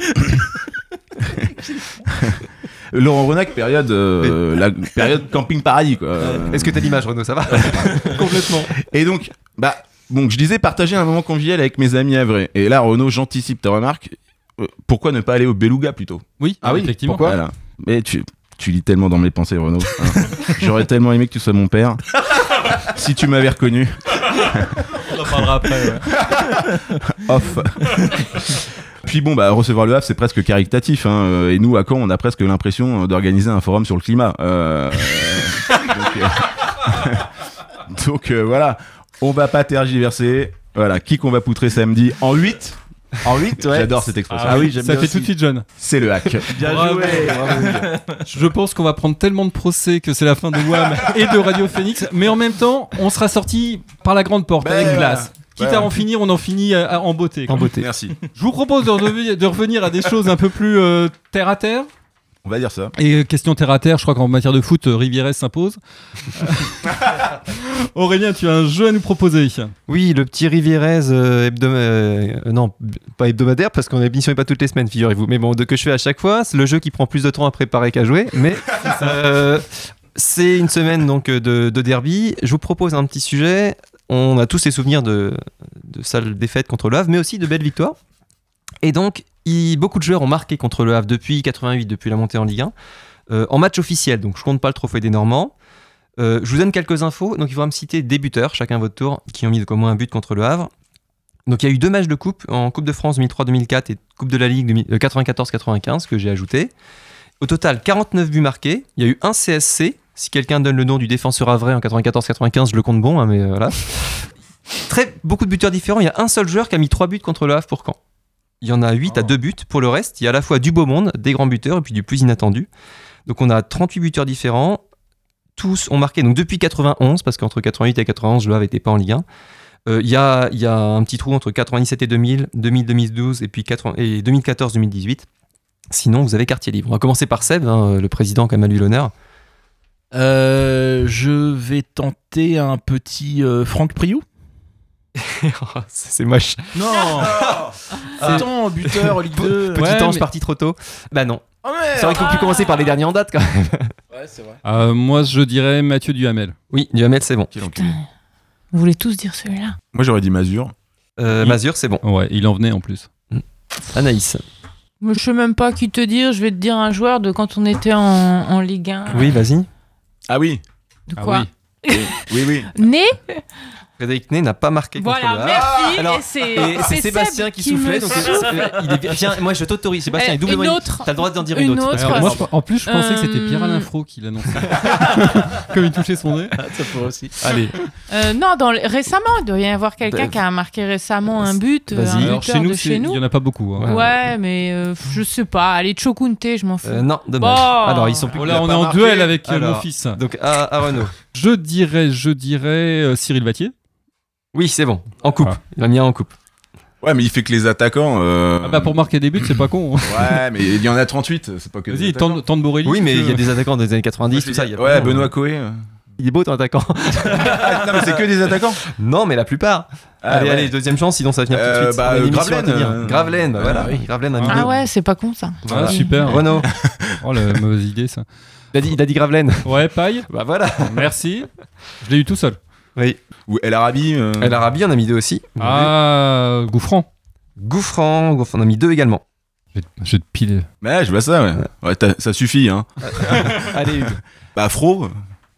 [SPEAKER 10] Laurent Ronac, période, euh, la période camping paradis. quoi. Euh,
[SPEAKER 8] Est-ce que t'as l'image, Renaud Ça va
[SPEAKER 6] Complètement.
[SPEAKER 10] et donc, bah, donc je disais partager un moment convivial avec mes amis à vrai. Et là, Renaud, j'anticipe ta remarque. Euh, Pourquoi ne pas aller au Beluga plutôt
[SPEAKER 6] Oui,
[SPEAKER 7] Ah oui,
[SPEAKER 6] effectivement.
[SPEAKER 7] pourquoi
[SPEAKER 10] Voilà. Mais tu, tu lis tellement dans mes pensées, Renaud.
[SPEAKER 7] (laughs)
[SPEAKER 10] Hein. J'aurais tellement aimé que tu sois mon père. si tu m'avais reconnu. (laughs)
[SPEAKER 6] On en parlera après. ouais.
[SPEAKER 10] Off. puis bon, bah, recevoir le Havre, c'est presque caritatif. hein, euh, et nous, à Caen, on a presque l'impression euh, d'organiser un forum sur le climat. Euh, (laughs) euh, donc, euh, (laughs) donc, euh, voilà, on va pas tergiverser. Voilà, qui qu'on va poutrer samedi en 8
[SPEAKER 7] En 8, ouais.
[SPEAKER 10] J'adore cette expression.
[SPEAKER 7] Ah oui, j'aime
[SPEAKER 6] Ça
[SPEAKER 7] bien
[SPEAKER 6] fait
[SPEAKER 7] aussi.
[SPEAKER 6] tout de suite jeune.
[SPEAKER 10] C'est le hack.
[SPEAKER 7] Bien
[SPEAKER 6] Bravo.
[SPEAKER 7] joué, bravo.
[SPEAKER 6] (laughs) Je pense qu'on va prendre tellement de procès que c'est la fin de WAM et de Radio Phoenix, mais en même temps, on sera sorti par la grande porte
[SPEAKER 10] Ben
[SPEAKER 6] avec
[SPEAKER 10] voilà.
[SPEAKER 6] classe. Quitte
[SPEAKER 10] Ouais.
[SPEAKER 6] à en finir, on en finit euh, en beauté. quoi.
[SPEAKER 7] En beauté.
[SPEAKER 10] Merci.
[SPEAKER 6] Je vous propose de, redevi- de revenir à des choses un peu plus euh, terre à terre.
[SPEAKER 10] On va dire ça.
[SPEAKER 6] Et euh, question terre à terre, je crois qu'en matière de foot, euh, Rivieres s'impose. (laughs) Euh, Aurélien, tu as un jeu à nous proposer.
[SPEAKER 8] Oui, le petit Rivierez euh, hebdom- euh, euh, non, b- pas hebdomadaire, parce qu'on l'émission n'est pas toutes les semaines, figurez-vous. Mais bon, de que je fais à chaque fois, c'est le jeu qui prend plus de temps à préparer qu'à jouer. Mais euh, c'est une semaine donc euh, de, de derby. Je vous propose un petit sujet. On a tous les souvenirs de, de sales défaites contre le Havre, mais aussi de belles victoires. Et donc, il- beaucoup de joueurs ont marqué contre le Havre depuis 88, depuis la montée en Ligue 1, euh, en match officiel. Donc, je compte pas le trophée des Normands. Euh, je vous donne quelques infos. Donc, il faudra me citer des buteurs, chacun votre tour, qui ont mis au moins un but contre le Havre. Donc, il y a eu deux matchs de coupe, en Coupe de France 2003-2004 et Coupe de la Ligue 2000 euh, 94-95, que j'ai ajouté. Au total, 49 buts marqués. Il y a eu un CSC. Si quelqu'un donne le nom du défenseur havrais en 94-95, je le compte bon, hein, mais euh, voilà. Très, beaucoup de buteurs différents. Il y a un seul joueur qui a mis 3 buts contre le Havre pour Caen. Il y en a 8 à 2 buts. Pour le reste, il y a à la fois du beau monde, des grands buteurs et puis du plus inattendu. Donc on a 38 buteurs différents. Tous ont marqué, donc depuis 91, parce qu'entre 88 et 91, le Havre n'était pas en Ligue 1. Euh, Il y, a, il y a un petit trou entre 97 et 2000, 2000, 2012 et puis 80 et 2014-2018. Sinon, vous avez quartier libre. On va commencer par Seb, hein, le président, quand même, a eu
[SPEAKER 6] (laughs)
[SPEAKER 8] l'honneur.
[SPEAKER 7] Euh, je vais tenter un petit euh, Franck Priou.
[SPEAKER 6] Oh,
[SPEAKER 8] C'est moche.
[SPEAKER 9] (laughs)
[SPEAKER 7] Non Attends, buteur, Ligue 2.
[SPEAKER 8] Petit
[SPEAKER 6] Ouais,
[SPEAKER 8] ange
[SPEAKER 6] mais-
[SPEAKER 8] parti trop tôt. Bah non.
[SPEAKER 7] Oh, merde.
[SPEAKER 8] C'est vrai qu'on peut commencer par les derniers en date quand même.
[SPEAKER 7] Ouais, c'est vrai.
[SPEAKER 6] Euh, moi, je dirais Mathieu Duhamel.
[SPEAKER 8] Oui, Duhamel, c'est bon.
[SPEAKER 10] Quel enculé.
[SPEAKER 9] Vous voulez tous dire celui-là
[SPEAKER 10] Moi, j'aurais dit Mazur.
[SPEAKER 8] Euh, Mazur, c'est bon.
[SPEAKER 6] Ouais, il en venait en plus.
[SPEAKER 8] Anaïs.
[SPEAKER 9] Je sais même pas qui te dire. Je vais te dire un joueur de quand on était en, en Ligue 1.
[SPEAKER 8] Oui, vas-y.
[SPEAKER 10] Ah oui.
[SPEAKER 9] De quoi
[SPEAKER 10] Oui, oui.
[SPEAKER 9] Né
[SPEAKER 8] Frédéric Ney n'a pas marqué contre
[SPEAKER 9] Voilà,
[SPEAKER 8] le Havre.
[SPEAKER 9] merci.
[SPEAKER 8] Ah Alors,
[SPEAKER 9] et c'est
[SPEAKER 8] Et c'est
[SPEAKER 9] Ah, c'est
[SPEAKER 8] Sébastien
[SPEAKER 9] Seb
[SPEAKER 8] qui soufflait.
[SPEAKER 9] me
[SPEAKER 8] donc,
[SPEAKER 9] souffle.
[SPEAKER 8] euh, il est- Tiens, moi je t'autorise. Sébastien,
[SPEAKER 9] Eh,
[SPEAKER 8] il est doublement.
[SPEAKER 9] une autre.
[SPEAKER 8] T'as le droit d'en dire une,
[SPEAKER 9] Une autre.
[SPEAKER 6] Alors, moi,
[SPEAKER 8] Pardon.
[SPEAKER 6] je- en plus, je pensais que c'était
[SPEAKER 9] Euh,
[SPEAKER 6] Pierre Alain Fro qui l'annonçait. (laughs) Comme il touchait son nez.
[SPEAKER 7] Ça pourrait aussi.
[SPEAKER 8] Allez,
[SPEAKER 9] Euh, non, dans les- récemment, il doit y avoir quelqu'un
[SPEAKER 8] Bah,
[SPEAKER 9] qui a marqué récemment un but, euh,
[SPEAKER 8] vas-y.
[SPEAKER 9] un
[SPEAKER 8] Alors,
[SPEAKER 9] buteur
[SPEAKER 6] Alors, chez nous,
[SPEAKER 9] de
[SPEAKER 6] c'est-
[SPEAKER 9] chez
[SPEAKER 6] il
[SPEAKER 9] nous.
[SPEAKER 6] n'y en a pas beaucoup. hein.
[SPEAKER 9] Ouais, mais euh, je sais pas. Allez, Chokunte, je m'en fous.
[SPEAKER 8] Euh, non, dommage.
[SPEAKER 9] Bon.
[SPEAKER 8] Alors ils sont plus.
[SPEAKER 6] Oh
[SPEAKER 8] que
[SPEAKER 6] là,
[SPEAKER 8] la
[SPEAKER 6] on est
[SPEAKER 8] part.
[SPEAKER 6] en
[SPEAKER 7] marqué.
[SPEAKER 6] duel avec euh,
[SPEAKER 8] Alors.
[SPEAKER 6] mon fils.
[SPEAKER 8] Donc ah, à, à Renault.
[SPEAKER 6] Je dirais, je dirais euh, Cyril Vattier.
[SPEAKER 8] Oui, c'est bon. En coupe.
[SPEAKER 6] Ah.
[SPEAKER 8] Il a mis un en coupe.
[SPEAKER 10] Ouais, mais il fait que les attaquants. euh,
[SPEAKER 6] Ah bah, pour marquer des buts, c'est pas (laughs) con. hein.
[SPEAKER 10] Ouais, mais il y en a 38. C'est pas que. des
[SPEAKER 6] Vas-y,
[SPEAKER 10] attaquants.
[SPEAKER 6] tente, tente Borelli.
[SPEAKER 8] Oui,
[SPEAKER 6] si
[SPEAKER 8] mais il
[SPEAKER 6] tu
[SPEAKER 8] y a
[SPEAKER 10] euh,
[SPEAKER 6] veux.
[SPEAKER 8] des attaquants des années 90, tout ça. il y a
[SPEAKER 10] Ouais,
[SPEAKER 8] vraiment-
[SPEAKER 10] Benoît Coé. euh.
[SPEAKER 8] Il est beau ton attaquant.
[SPEAKER 10] Ah, (laughs) non, mais c'est que des attaquants.
[SPEAKER 8] non, mais la plupart.
[SPEAKER 10] Ah,
[SPEAKER 8] allez,
[SPEAKER 10] ouais.
[SPEAKER 8] allez, deuxième chance, sinon ça va venir tout
[SPEAKER 10] Euh,
[SPEAKER 8] de suite.
[SPEAKER 10] bah,
[SPEAKER 8] On a une
[SPEAKER 10] euh,
[SPEAKER 8] émission à
[SPEAKER 10] Gravelaine,
[SPEAKER 8] tenir.
[SPEAKER 10] euh,
[SPEAKER 8] Gravelaine, bah,
[SPEAKER 10] euh,
[SPEAKER 8] voilà.
[SPEAKER 10] oui.
[SPEAKER 8] Gravelaine, un
[SPEAKER 9] Ah
[SPEAKER 8] minimum.
[SPEAKER 9] ouais, c'est pas con ça. Mm.
[SPEAKER 6] Ah, super.
[SPEAKER 8] Renault.
[SPEAKER 6] Oh, la mauvaise idée, ça.
[SPEAKER 8] Il a dit, il a dit Gravelaine.
[SPEAKER 6] Ouais, paille.
[SPEAKER 8] Bah voilà.
[SPEAKER 10] Ah,
[SPEAKER 6] Merci. Je l'ai eu tout seul.
[SPEAKER 8] Oui.
[SPEAKER 10] Ou El Arabi. euh,
[SPEAKER 8] El Arabi, on a mis deux aussi.
[SPEAKER 6] Ah, Gouffran.
[SPEAKER 8] Gouffran, Gouffran, on a mis deux également.
[SPEAKER 6] Je vais te- je vais te piler.
[SPEAKER 10] Mais ouais, je vois ça, ouais. Ouais, t'as- ça suffit, hein.
[SPEAKER 8] Allez, une.
[SPEAKER 10] Bah, Fro.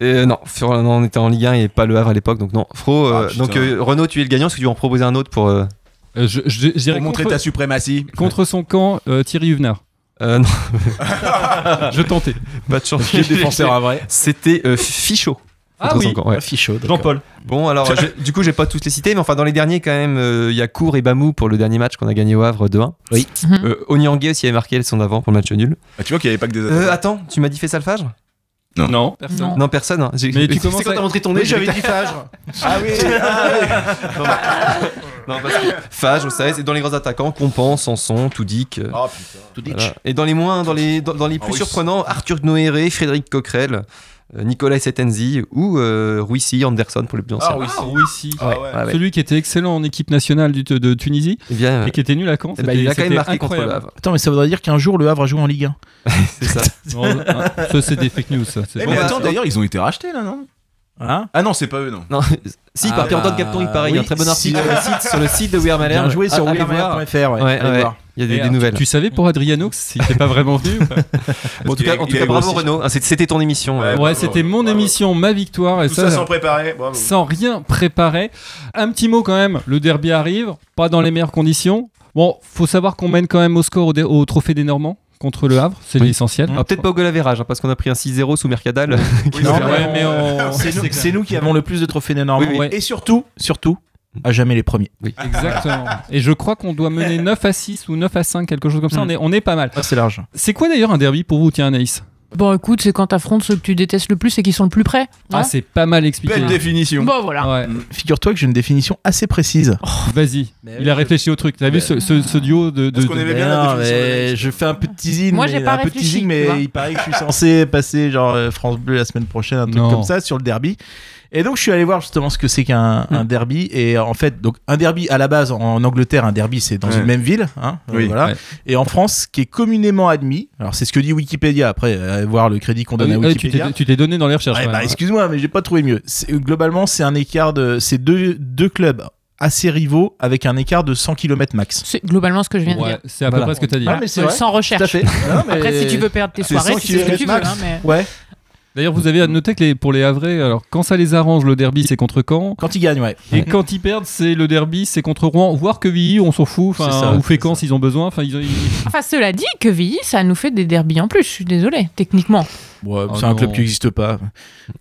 [SPEAKER 8] Euh, non, Fro- non, on était en Ligue 1 et pas le Havre à l'époque, donc non. Fro, euh,
[SPEAKER 10] Ah, putain.
[SPEAKER 8] donc euh, Renaud, tu es le gagnant, est-ce que tu vas en proposer un autre pour. euh,
[SPEAKER 6] Euh, je, je- je dirais
[SPEAKER 10] Pour montrer ta
[SPEAKER 6] contre,
[SPEAKER 10] suprématie.
[SPEAKER 6] (laughs) contre son camp, euh, Thierry Huvenard.
[SPEAKER 8] euh, non,
[SPEAKER 6] Je tentais.
[SPEAKER 8] pas de chance.
[SPEAKER 6] (laughs)
[SPEAKER 7] à vrai.
[SPEAKER 8] C'était euh, Fichot.
[SPEAKER 6] Ah oui.
[SPEAKER 8] Encore, ouais.
[SPEAKER 7] Fichot.
[SPEAKER 6] Jean-Paul.
[SPEAKER 8] Bon, alors, euh, je- du coup, j'ai pas tous les cités, mais enfin, dans les derniers, quand même, euh, il y a Cour et Bamou pour le dernier match qu'on a gagné au Havre 2-1.
[SPEAKER 7] Oui.
[SPEAKER 9] Mhm.
[SPEAKER 8] Euh, Onyangue aussi avait marqué son d'avant pour le match nul.
[SPEAKER 10] Ah, tu vois qu'il y avait pas que des
[SPEAKER 8] Euh,
[SPEAKER 10] attaquants.
[SPEAKER 8] attends, tu m'as dit fait salfage
[SPEAKER 6] Non.
[SPEAKER 9] Non.
[SPEAKER 8] Non, personne. hein. J'ai-
[SPEAKER 6] Mais
[SPEAKER 8] (laughs)
[SPEAKER 6] tu
[SPEAKER 8] c'est
[SPEAKER 6] commences
[SPEAKER 8] quand
[SPEAKER 6] à-
[SPEAKER 8] t'as montré ton nez, Ah
[SPEAKER 7] Oui, j'avais
[SPEAKER 8] j'ai-
[SPEAKER 7] dit
[SPEAKER 8] (laughs)
[SPEAKER 7] Fage.
[SPEAKER 6] Ah
[SPEAKER 8] Non, bah, non, parce que Fage, vous savez, c'est dans les grands attaquants, Compan, Sanson, Toudic. euh,
[SPEAKER 10] Oh putain.
[SPEAKER 7] Tout
[SPEAKER 8] Voilà. Et dans les moins, dans les, dans, dans les plus
[SPEAKER 10] oui.
[SPEAKER 8] surprenants, Arthur Noéré, Frédéric Coquerel, euh, Nicolas Setenzi ou euh, Rouissi Anderson pour le plus ancien.
[SPEAKER 10] Ah, oui, si.
[SPEAKER 6] Rouissi.
[SPEAKER 10] Ah, ouais.
[SPEAKER 8] Ah ouais.
[SPEAKER 6] Celui qui était excellent en équipe nationale du- de Tunisie
[SPEAKER 8] Eh bien, euh,
[SPEAKER 6] et qui était nul à Caen.
[SPEAKER 8] eh ben, il a quand même
[SPEAKER 6] c'était
[SPEAKER 8] marqué
[SPEAKER 6] incroyable.
[SPEAKER 8] contre le Havre.
[SPEAKER 7] Attends, mais ça voudrait dire qu'un jour le Havre a joué en Ligue 1.
[SPEAKER 8] C'est ça.
[SPEAKER 6] Non, non, ça, c'est des fake news. Ça. (laughs) C'est-
[SPEAKER 10] Eh,
[SPEAKER 8] Bon,
[SPEAKER 10] mais
[SPEAKER 8] bah,
[SPEAKER 10] attends,
[SPEAKER 8] euh,
[SPEAKER 10] d'ailleurs, ils ont été rachetés là, non
[SPEAKER 7] Hein
[SPEAKER 10] Ah non, c'est pas eux, non.
[SPEAKER 8] Non, (laughs) si,
[SPEAKER 7] Ah
[SPEAKER 8] par Pierre-Antoine
[SPEAKER 7] bah,
[SPEAKER 8] Capton, il paraît, il y a un très bon
[SPEAKER 7] oui,
[SPEAKER 8] article
[SPEAKER 7] si.
[SPEAKER 8] sur, le site, sur le site de We Are Malherbe.
[SPEAKER 7] Bien joué sur
[SPEAKER 8] Ah, allez voir.
[SPEAKER 7] www.fr. Ouais,
[SPEAKER 8] Ouais,
[SPEAKER 7] allez
[SPEAKER 8] ouais.
[SPEAKER 7] voir.
[SPEAKER 8] Il y a des,
[SPEAKER 6] Et,
[SPEAKER 8] des
[SPEAKER 6] euh,
[SPEAKER 8] nouvelles.
[SPEAKER 6] Tu, tu savais pour Adriano que s'il n'était pas vraiment venu ou pas
[SPEAKER 8] (laughs) Bon, en tout cas, en tout cas, bravo Renaud, Ah, c'est- c'était ton émission.
[SPEAKER 10] Ouais,
[SPEAKER 8] euh,
[SPEAKER 10] bravo,
[SPEAKER 6] Ouais, c'était mon
[SPEAKER 10] bravo.
[SPEAKER 6] émission, ma victoire. Et
[SPEAKER 10] Tout ça
[SPEAKER 6] ça,
[SPEAKER 10] sans préparer, bravo.
[SPEAKER 6] sans rien préparer. Un petit mot quand même, le derby arrive, pas dans les meilleures conditions. Bon, faut savoir qu'on mène quand même au score au, dé- au trophée des Normands contre le Havre, c'est l'essentiel.
[SPEAKER 8] Ah, Peut-être pas au goal average, hein, parce qu'on a pris un 6-0 sous Mercadal.
[SPEAKER 7] Non,
[SPEAKER 8] Ouais,
[SPEAKER 7] mais on-
[SPEAKER 8] mais on-
[SPEAKER 7] (laughs) c'est nous, c'est nous qui avons le plus de trophées des Normands.
[SPEAKER 8] Oui, oui.
[SPEAKER 7] Et surtout, surtout, à jamais les premiers.
[SPEAKER 6] Exactement. Et je crois qu'on
[SPEAKER 9] (laughs)
[SPEAKER 6] doit mener 9 à 6 ou 9 à 5, quelque chose comme ça.
[SPEAKER 7] Hmm.
[SPEAKER 6] On, est, on est pas mal.
[SPEAKER 7] c'est large.
[SPEAKER 6] C'est quoi d'ailleurs un derby pour vous, tiens, Anaïs
[SPEAKER 9] Bon, écoute, c'est quand t'affrontes ceux que tu détestes le plus et qui sont le plus près.
[SPEAKER 6] Ah,
[SPEAKER 9] hein
[SPEAKER 6] c'est pas mal expliqué.
[SPEAKER 7] Belle définition.
[SPEAKER 9] Bon,
[SPEAKER 8] Ah.
[SPEAKER 9] voilà.
[SPEAKER 6] Ouais.
[SPEAKER 7] Figure-toi que j'ai une définition assez précise.
[SPEAKER 6] Vas-y. Il a réfléchi au truc. T'as vu ce, ce- ce duo de. de- de-
[SPEAKER 7] Mais non, mais je fais un peu de teasing.
[SPEAKER 9] Moi,
[SPEAKER 7] mais-
[SPEAKER 9] j'ai pas
[SPEAKER 7] un peu de
[SPEAKER 9] réfléchi,
[SPEAKER 7] teasing,
[SPEAKER 9] tu vois.
[SPEAKER 7] mais il paraît que je
[SPEAKER 9] (laughs)
[SPEAKER 7] suis censé passer genre euh, France Bleu la semaine prochaine, un truc
[SPEAKER 6] Non.
[SPEAKER 7] comme ça sur le derby. Et donc je suis allé voir justement ce que c'est qu'un
[SPEAKER 9] Hmm.
[SPEAKER 7] un derby. Et euh, en fait, donc un derby à la base en Angleterre, un derby c'est dans
[SPEAKER 10] Ouais.
[SPEAKER 7] une même ville, hein, euh,
[SPEAKER 10] Oui,
[SPEAKER 7] voilà.
[SPEAKER 10] ouais.
[SPEAKER 7] Et en France, ce qui est communément admis, alors c'est ce que dit Wikipédia. Après, euh, allez voir le crédit qu'on donne
[SPEAKER 6] Ah
[SPEAKER 7] à
[SPEAKER 6] oui, tu
[SPEAKER 7] Wikipédia.
[SPEAKER 6] t'es- tu t'es donné dans les recherches.
[SPEAKER 7] Ouais,
[SPEAKER 6] quand
[SPEAKER 7] bah,
[SPEAKER 6] même.
[SPEAKER 7] excuse-moi, mais j'ai pas trouvé mieux. C'est- Globalement, c'est un écart de. C'est deux, deux clubs assez rivaux avec un écart de 100 km max.
[SPEAKER 9] C'est globalement ce que je viens
[SPEAKER 6] Ouais,
[SPEAKER 9] de dire. Euh,
[SPEAKER 6] c'est à peu
[SPEAKER 7] Voilà.
[SPEAKER 6] près ce que t'as dit.
[SPEAKER 7] Voilà. Ah, mais c'est vrai.
[SPEAKER 9] Sans
[SPEAKER 7] Tout à
[SPEAKER 9] recherche.
[SPEAKER 7] fait. Non,
[SPEAKER 9] (laughs)
[SPEAKER 7] mais-
[SPEAKER 9] Après, si tu veux perdre tes
[SPEAKER 7] C'est
[SPEAKER 9] soirées,
[SPEAKER 7] 100
[SPEAKER 9] c'est ce que tu veux.
[SPEAKER 7] max.
[SPEAKER 9] hein, mais...
[SPEAKER 7] Ouais.
[SPEAKER 6] D'ailleurs, vous avez à noter que les- pour les Havrais, alors quand ça les arrange, le derby c'est contre Caen.
[SPEAKER 7] Quand ils gagnent, ouais.
[SPEAKER 6] Et quand ils perdent, c'est le derby, c'est contre Rouen, voire Quevilly, on s'en fout, enfin,
[SPEAKER 7] C'est ça,
[SPEAKER 6] ou
[SPEAKER 7] c'est
[SPEAKER 6] Fécamp s'ils ont besoin. Enfin, ils ont- ils-
[SPEAKER 9] Enfin, cela dit, Quevilly, ça nous fait des derbies en plus. Je suis désolé, techniquement.
[SPEAKER 7] Ouais,
[SPEAKER 6] Oh
[SPEAKER 7] c'est un
[SPEAKER 6] non.
[SPEAKER 7] club qui n'existe pas.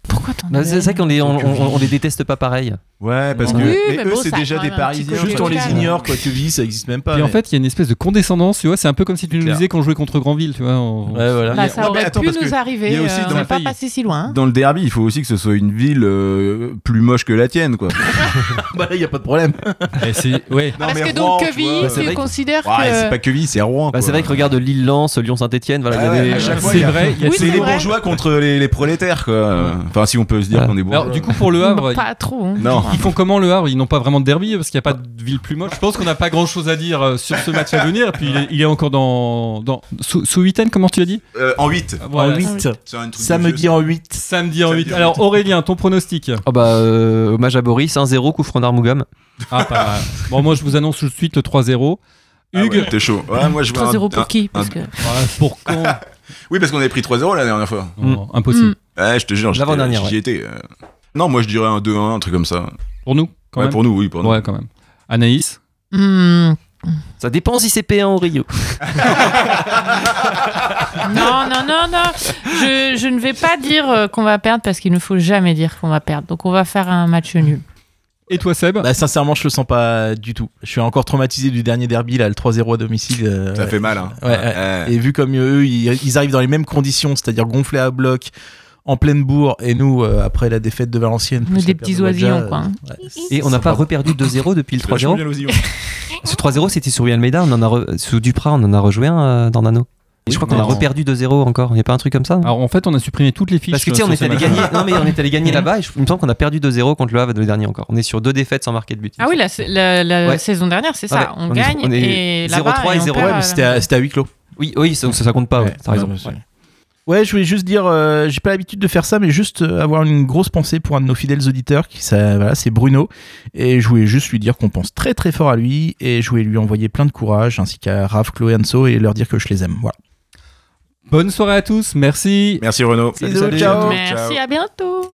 [SPEAKER 9] Pourquoi t'en
[SPEAKER 8] Bah,
[SPEAKER 9] as-
[SPEAKER 8] c'est vrai qu'on les, on,
[SPEAKER 6] euh,
[SPEAKER 8] on- on les déteste pas pareil. Bah,
[SPEAKER 10] Ouais, parce
[SPEAKER 9] Oui,
[SPEAKER 10] que.
[SPEAKER 9] mais
[SPEAKER 10] eux,
[SPEAKER 9] bon,
[SPEAKER 10] c'est
[SPEAKER 9] ça a
[SPEAKER 10] déjà
[SPEAKER 9] quand
[SPEAKER 10] des
[SPEAKER 9] même un petit
[SPEAKER 10] Parisiens.
[SPEAKER 9] côté
[SPEAKER 7] Juste on les
[SPEAKER 9] local.
[SPEAKER 7] ignore, quoi. Quevilly, ça n'existe même pas.
[SPEAKER 6] Et en
[SPEAKER 7] mais-
[SPEAKER 6] fait, il y a une espèce de condescendance, tu vois. C'est un peu comme si tu nous
[SPEAKER 7] Clair.
[SPEAKER 6] disais qu'on jouait contre Granville, tu vois. on-
[SPEAKER 7] Ouais, voilà.
[SPEAKER 9] Bah, ça
[SPEAKER 10] Non, mais
[SPEAKER 9] aurait
[SPEAKER 10] attends,
[SPEAKER 9] pu
[SPEAKER 10] parce que
[SPEAKER 9] nous
[SPEAKER 10] il
[SPEAKER 9] arriver.
[SPEAKER 10] y a aussi
[SPEAKER 9] euh,
[SPEAKER 10] dans
[SPEAKER 9] on
[SPEAKER 10] la
[SPEAKER 9] n'est pas
[SPEAKER 10] paille-
[SPEAKER 9] passé si loin. hein.
[SPEAKER 10] Dans le derby, il faut aussi que ce soit une ville euh, plus moche que la tienne, quoi.
[SPEAKER 7] (laughs) bah là, il n'y a pas
[SPEAKER 6] (laughs)
[SPEAKER 7] de problème.
[SPEAKER 6] Et c'est- ouais.
[SPEAKER 9] Parce
[SPEAKER 10] mais
[SPEAKER 9] que
[SPEAKER 10] Rouen,
[SPEAKER 9] donc,
[SPEAKER 10] tu vois,
[SPEAKER 9] Quevilly,
[SPEAKER 8] c'est vrai
[SPEAKER 9] tu
[SPEAKER 8] que-
[SPEAKER 9] considères
[SPEAKER 10] Ouais, c'est
[SPEAKER 9] que.
[SPEAKER 10] pas Quevilly, c'est Rouen.
[SPEAKER 8] Bah, c'est vrai que regarde Lille-Lens, Lyon-Saint-Etienne,
[SPEAKER 7] Ah
[SPEAKER 8] voilà, il y a des-
[SPEAKER 10] Ah à chaque fois,
[SPEAKER 6] C'est
[SPEAKER 10] il y a-
[SPEAKER 6] vrai, il y a-
[SPEAKER 9] Oui,
[SPEAKER 10] c'est
[SPEAKER 9] c'est
[SPEAKER 10] les
[SPEAKER 9] vrai.
[SPEAKER 10] bourgeois contre les, les prolétaires, quoi. Enfin, si on peut se dire
[SPEAKER 8] Ouais.
[SPEAKER 10] qu'on est bourgeois.
[SPEAKER 6] Alors, du coup, pour le Havre,
[SPEAKER 9] Pas trop. hein.
[SPEAKER 10] Non.
[SPEAKER 6] ils font comment le Havre Ils n'ont pas vraiment de derby parce qu'il n'y a pas de ville plus moche. Je pense qu'on n'a pas grand chose à dire euh, sur ce match à venir. Et puis, il est, il est encore dans. dans sous, sous huitaine, comment tu l'as dit
[SPEAKER 10] Euh, en 8.
[SPEAKER 6] Voilà.
[SPEAKER 7] En 8.
[SPEAKER 10] C'est un truc de
[SPEAKER 7] Samedi
[SPEAKER 10] vieux,
[SPEAKER 7] en 8.
[SPEAKER 6] Samedi en
[SPEAKER 10] Samedi
[SPEAKER 6] 8.
[SPEAKER 10] en
[SPEAKER 6] Alors, Aurélien, ton pronostic
[SPEAKER 8] Ah bah, euh, hommage à Boris, 1-0, coup franc d'Armougam.
[SPEAKER 6] Ah, pas mal. Bon, moi, je vous annonce tout de suite le 3-0.
[SPEAKER 10] ça. Ah
[SPEAKER 6] Hugues,
[SPEAKER 10] ouais, T'es chaud. Ouais, moi, je vois un-
[SPEAKER 9] 3-0
[SPEAKER 10] un-
[SPEAKER 9] pour qui Parce
[SPEAKER 10] un-
[SPEAKER 9] que.
[SPEAKER 6] voilà, pour quand
[SPEAKER 10] Oui, parce qu'on avait pris 3-0 la dernière fois.
[SPEAKER 6] Non, Impossible.
[SPEAKER 9] Mm.
[SPEAKER 10] Ouais, je te jure, j'étais-
[SPEAKER 8] L'avant-dernière,
[SPEAKER 10] j'y
[SPEAKER 8] ouais.
[SPEAKER 10] étais. euh. Non, moi, je dirais un 2-1, un truc comme ça.
[SPEAKER 6] Pour nous, quand
[SPEAKER 10] Ouais,
[SPEAKER 6] même.
[SPEAKER 10] pour nous, oui, pour nous.
[SPEAKER 6] Ouais, quand même. Anaïs
[SPEAKER 9] Hmm.
[SPEAKER 8] Ça dépend si c'est P1 au Rio.
[SPEAKER 9] Non, non, non, non. Je, je ne vais pas dire euh, qu'on va perdre parce qu'il ne faut jamais dire qu'on va perdre. Donc on va faire un match nul.
[SPEAKER 6] Et toi, Seb
[SPEAKER 7] Bah, sincèrement, je le sens pas du tout. Je suis encore traumatisé du dernier derby, là, le 3-0 à domicile. euh,
[SPEAKER 10] Ça
[SPEAKER 7] ouais.
[SPEAKER 10] fait mal, hein.
[SPEAKER 7] Ouais, ouais. Et vu comme euh, eux, ils ils arrivent dans les mêmes conditions, c'est-à-dire gonflés à bloc, en pleine bourre, et nous, euh, après la défaite de Valenciennes.
[SPEAKER 9] Nous,
[SPEAKER 7] plus
[SPEAKER 9] des
[SPEAKER 7] la perte
[SPEAKER 9] petits
[SPEAKER 7] de Wadja,
[SPEAKER 9] oisillons, quoi, hein.
[SPEAKER 8] euh,
[SPEAKER 7] ouais,
[SPEAKER 8] Et
[SPEAKER 7] c'est
[SPEAKER 8] on n'a pas
[SPEAKER 7] sympa.
[SPEAKER 8] reperdu 2-0 depuis le
[SPEAKER 10] Je suis
[SPEAKER 8] 3-0.
[SPEAKER 10] jalousien.
[SPEAKER 8] Ce 3-0, c'était sur Almeida, on en a re- sous Duprat, on en a rejoué un euh, dans Nano. Et je crois qu'on
[SPEAKER 6] mais
[SPEAKER 8] a
[SPEAKER 6] non.
[SPEAKER 8] reperdu 2-0 encore. Il n'y a pas un truc comme ça non
[SPEAKER 6] Alors, en fait, on a supprimé toutes les fiches.
[SPEAKER 8] Parce que tu sais,
[SPEAKER 6] euh,
[SPEAKER 8] on est
[SPEAKER 6] sur ce
[SPEAKER 8] allé
[SPEAKER 6] match.
[SPEAKER 8] gagner. Non, mais on est allé
[SPEAKER 6] (laughs)
[SPEAKER 8] gagner là-bas. Et je- il me semble qu'on a perdu 2-0 contre le Havre le dernier encore. On est sur deux défaites sans marquer de but.
[SPEAKER 9] Ah oui, la, sa- la- la
[SPEAKER 8] Ouais. Ah
[SPEAKER 9] saison dernière, c'est ça.
[SPEAKER 8] Ouais,
[SPEAKER 9] on,
[SPEAKER 8] on est-
[SPEAKER 9] gagne
[SPEAKER 8] on est
[SPEAKER 9] et là-bas,
[SPEAKER 8] 0-3 et
[SPEAKER 9] on
[SPEAKER 8] 0.
[SPEAKER 9] perd,
[SPEAKER 7] Ouais,
[SPEAKER 9] euh,
[SPEAKER 7] mais c'était à, c'était à huis clos.
[SPEAKER 8] oui, oui, ça, ça compte pas. Ouais, t'as raison.
[SPEAKER 7] Ouais, mais
[SPEAKER 8] Ouais.
[SPEAKER 7] Ouais, je voulais juste dire, euh, j'ai pas l'habitude de faire ça, mais juste euh, avoir une grosse pensée pour un de nos fidèles auditeurs, qui ça, voilà, c'est Bruno, et je voulais juste lui dire qu'on pense très très fort à lui, et je voulais lui envoyer plein de courage, ainsi qu'à Raph, Chloé, Anso, et leur dire que je les aime. Voilà.
[SPEAKER 6] Bonne soirée à tous, merci.
[SPEAKER 10] Merci, Renaud.
[SPEAKER 7] Bisous, ciao.
[SPEAKER 9] Merci, à bientôt.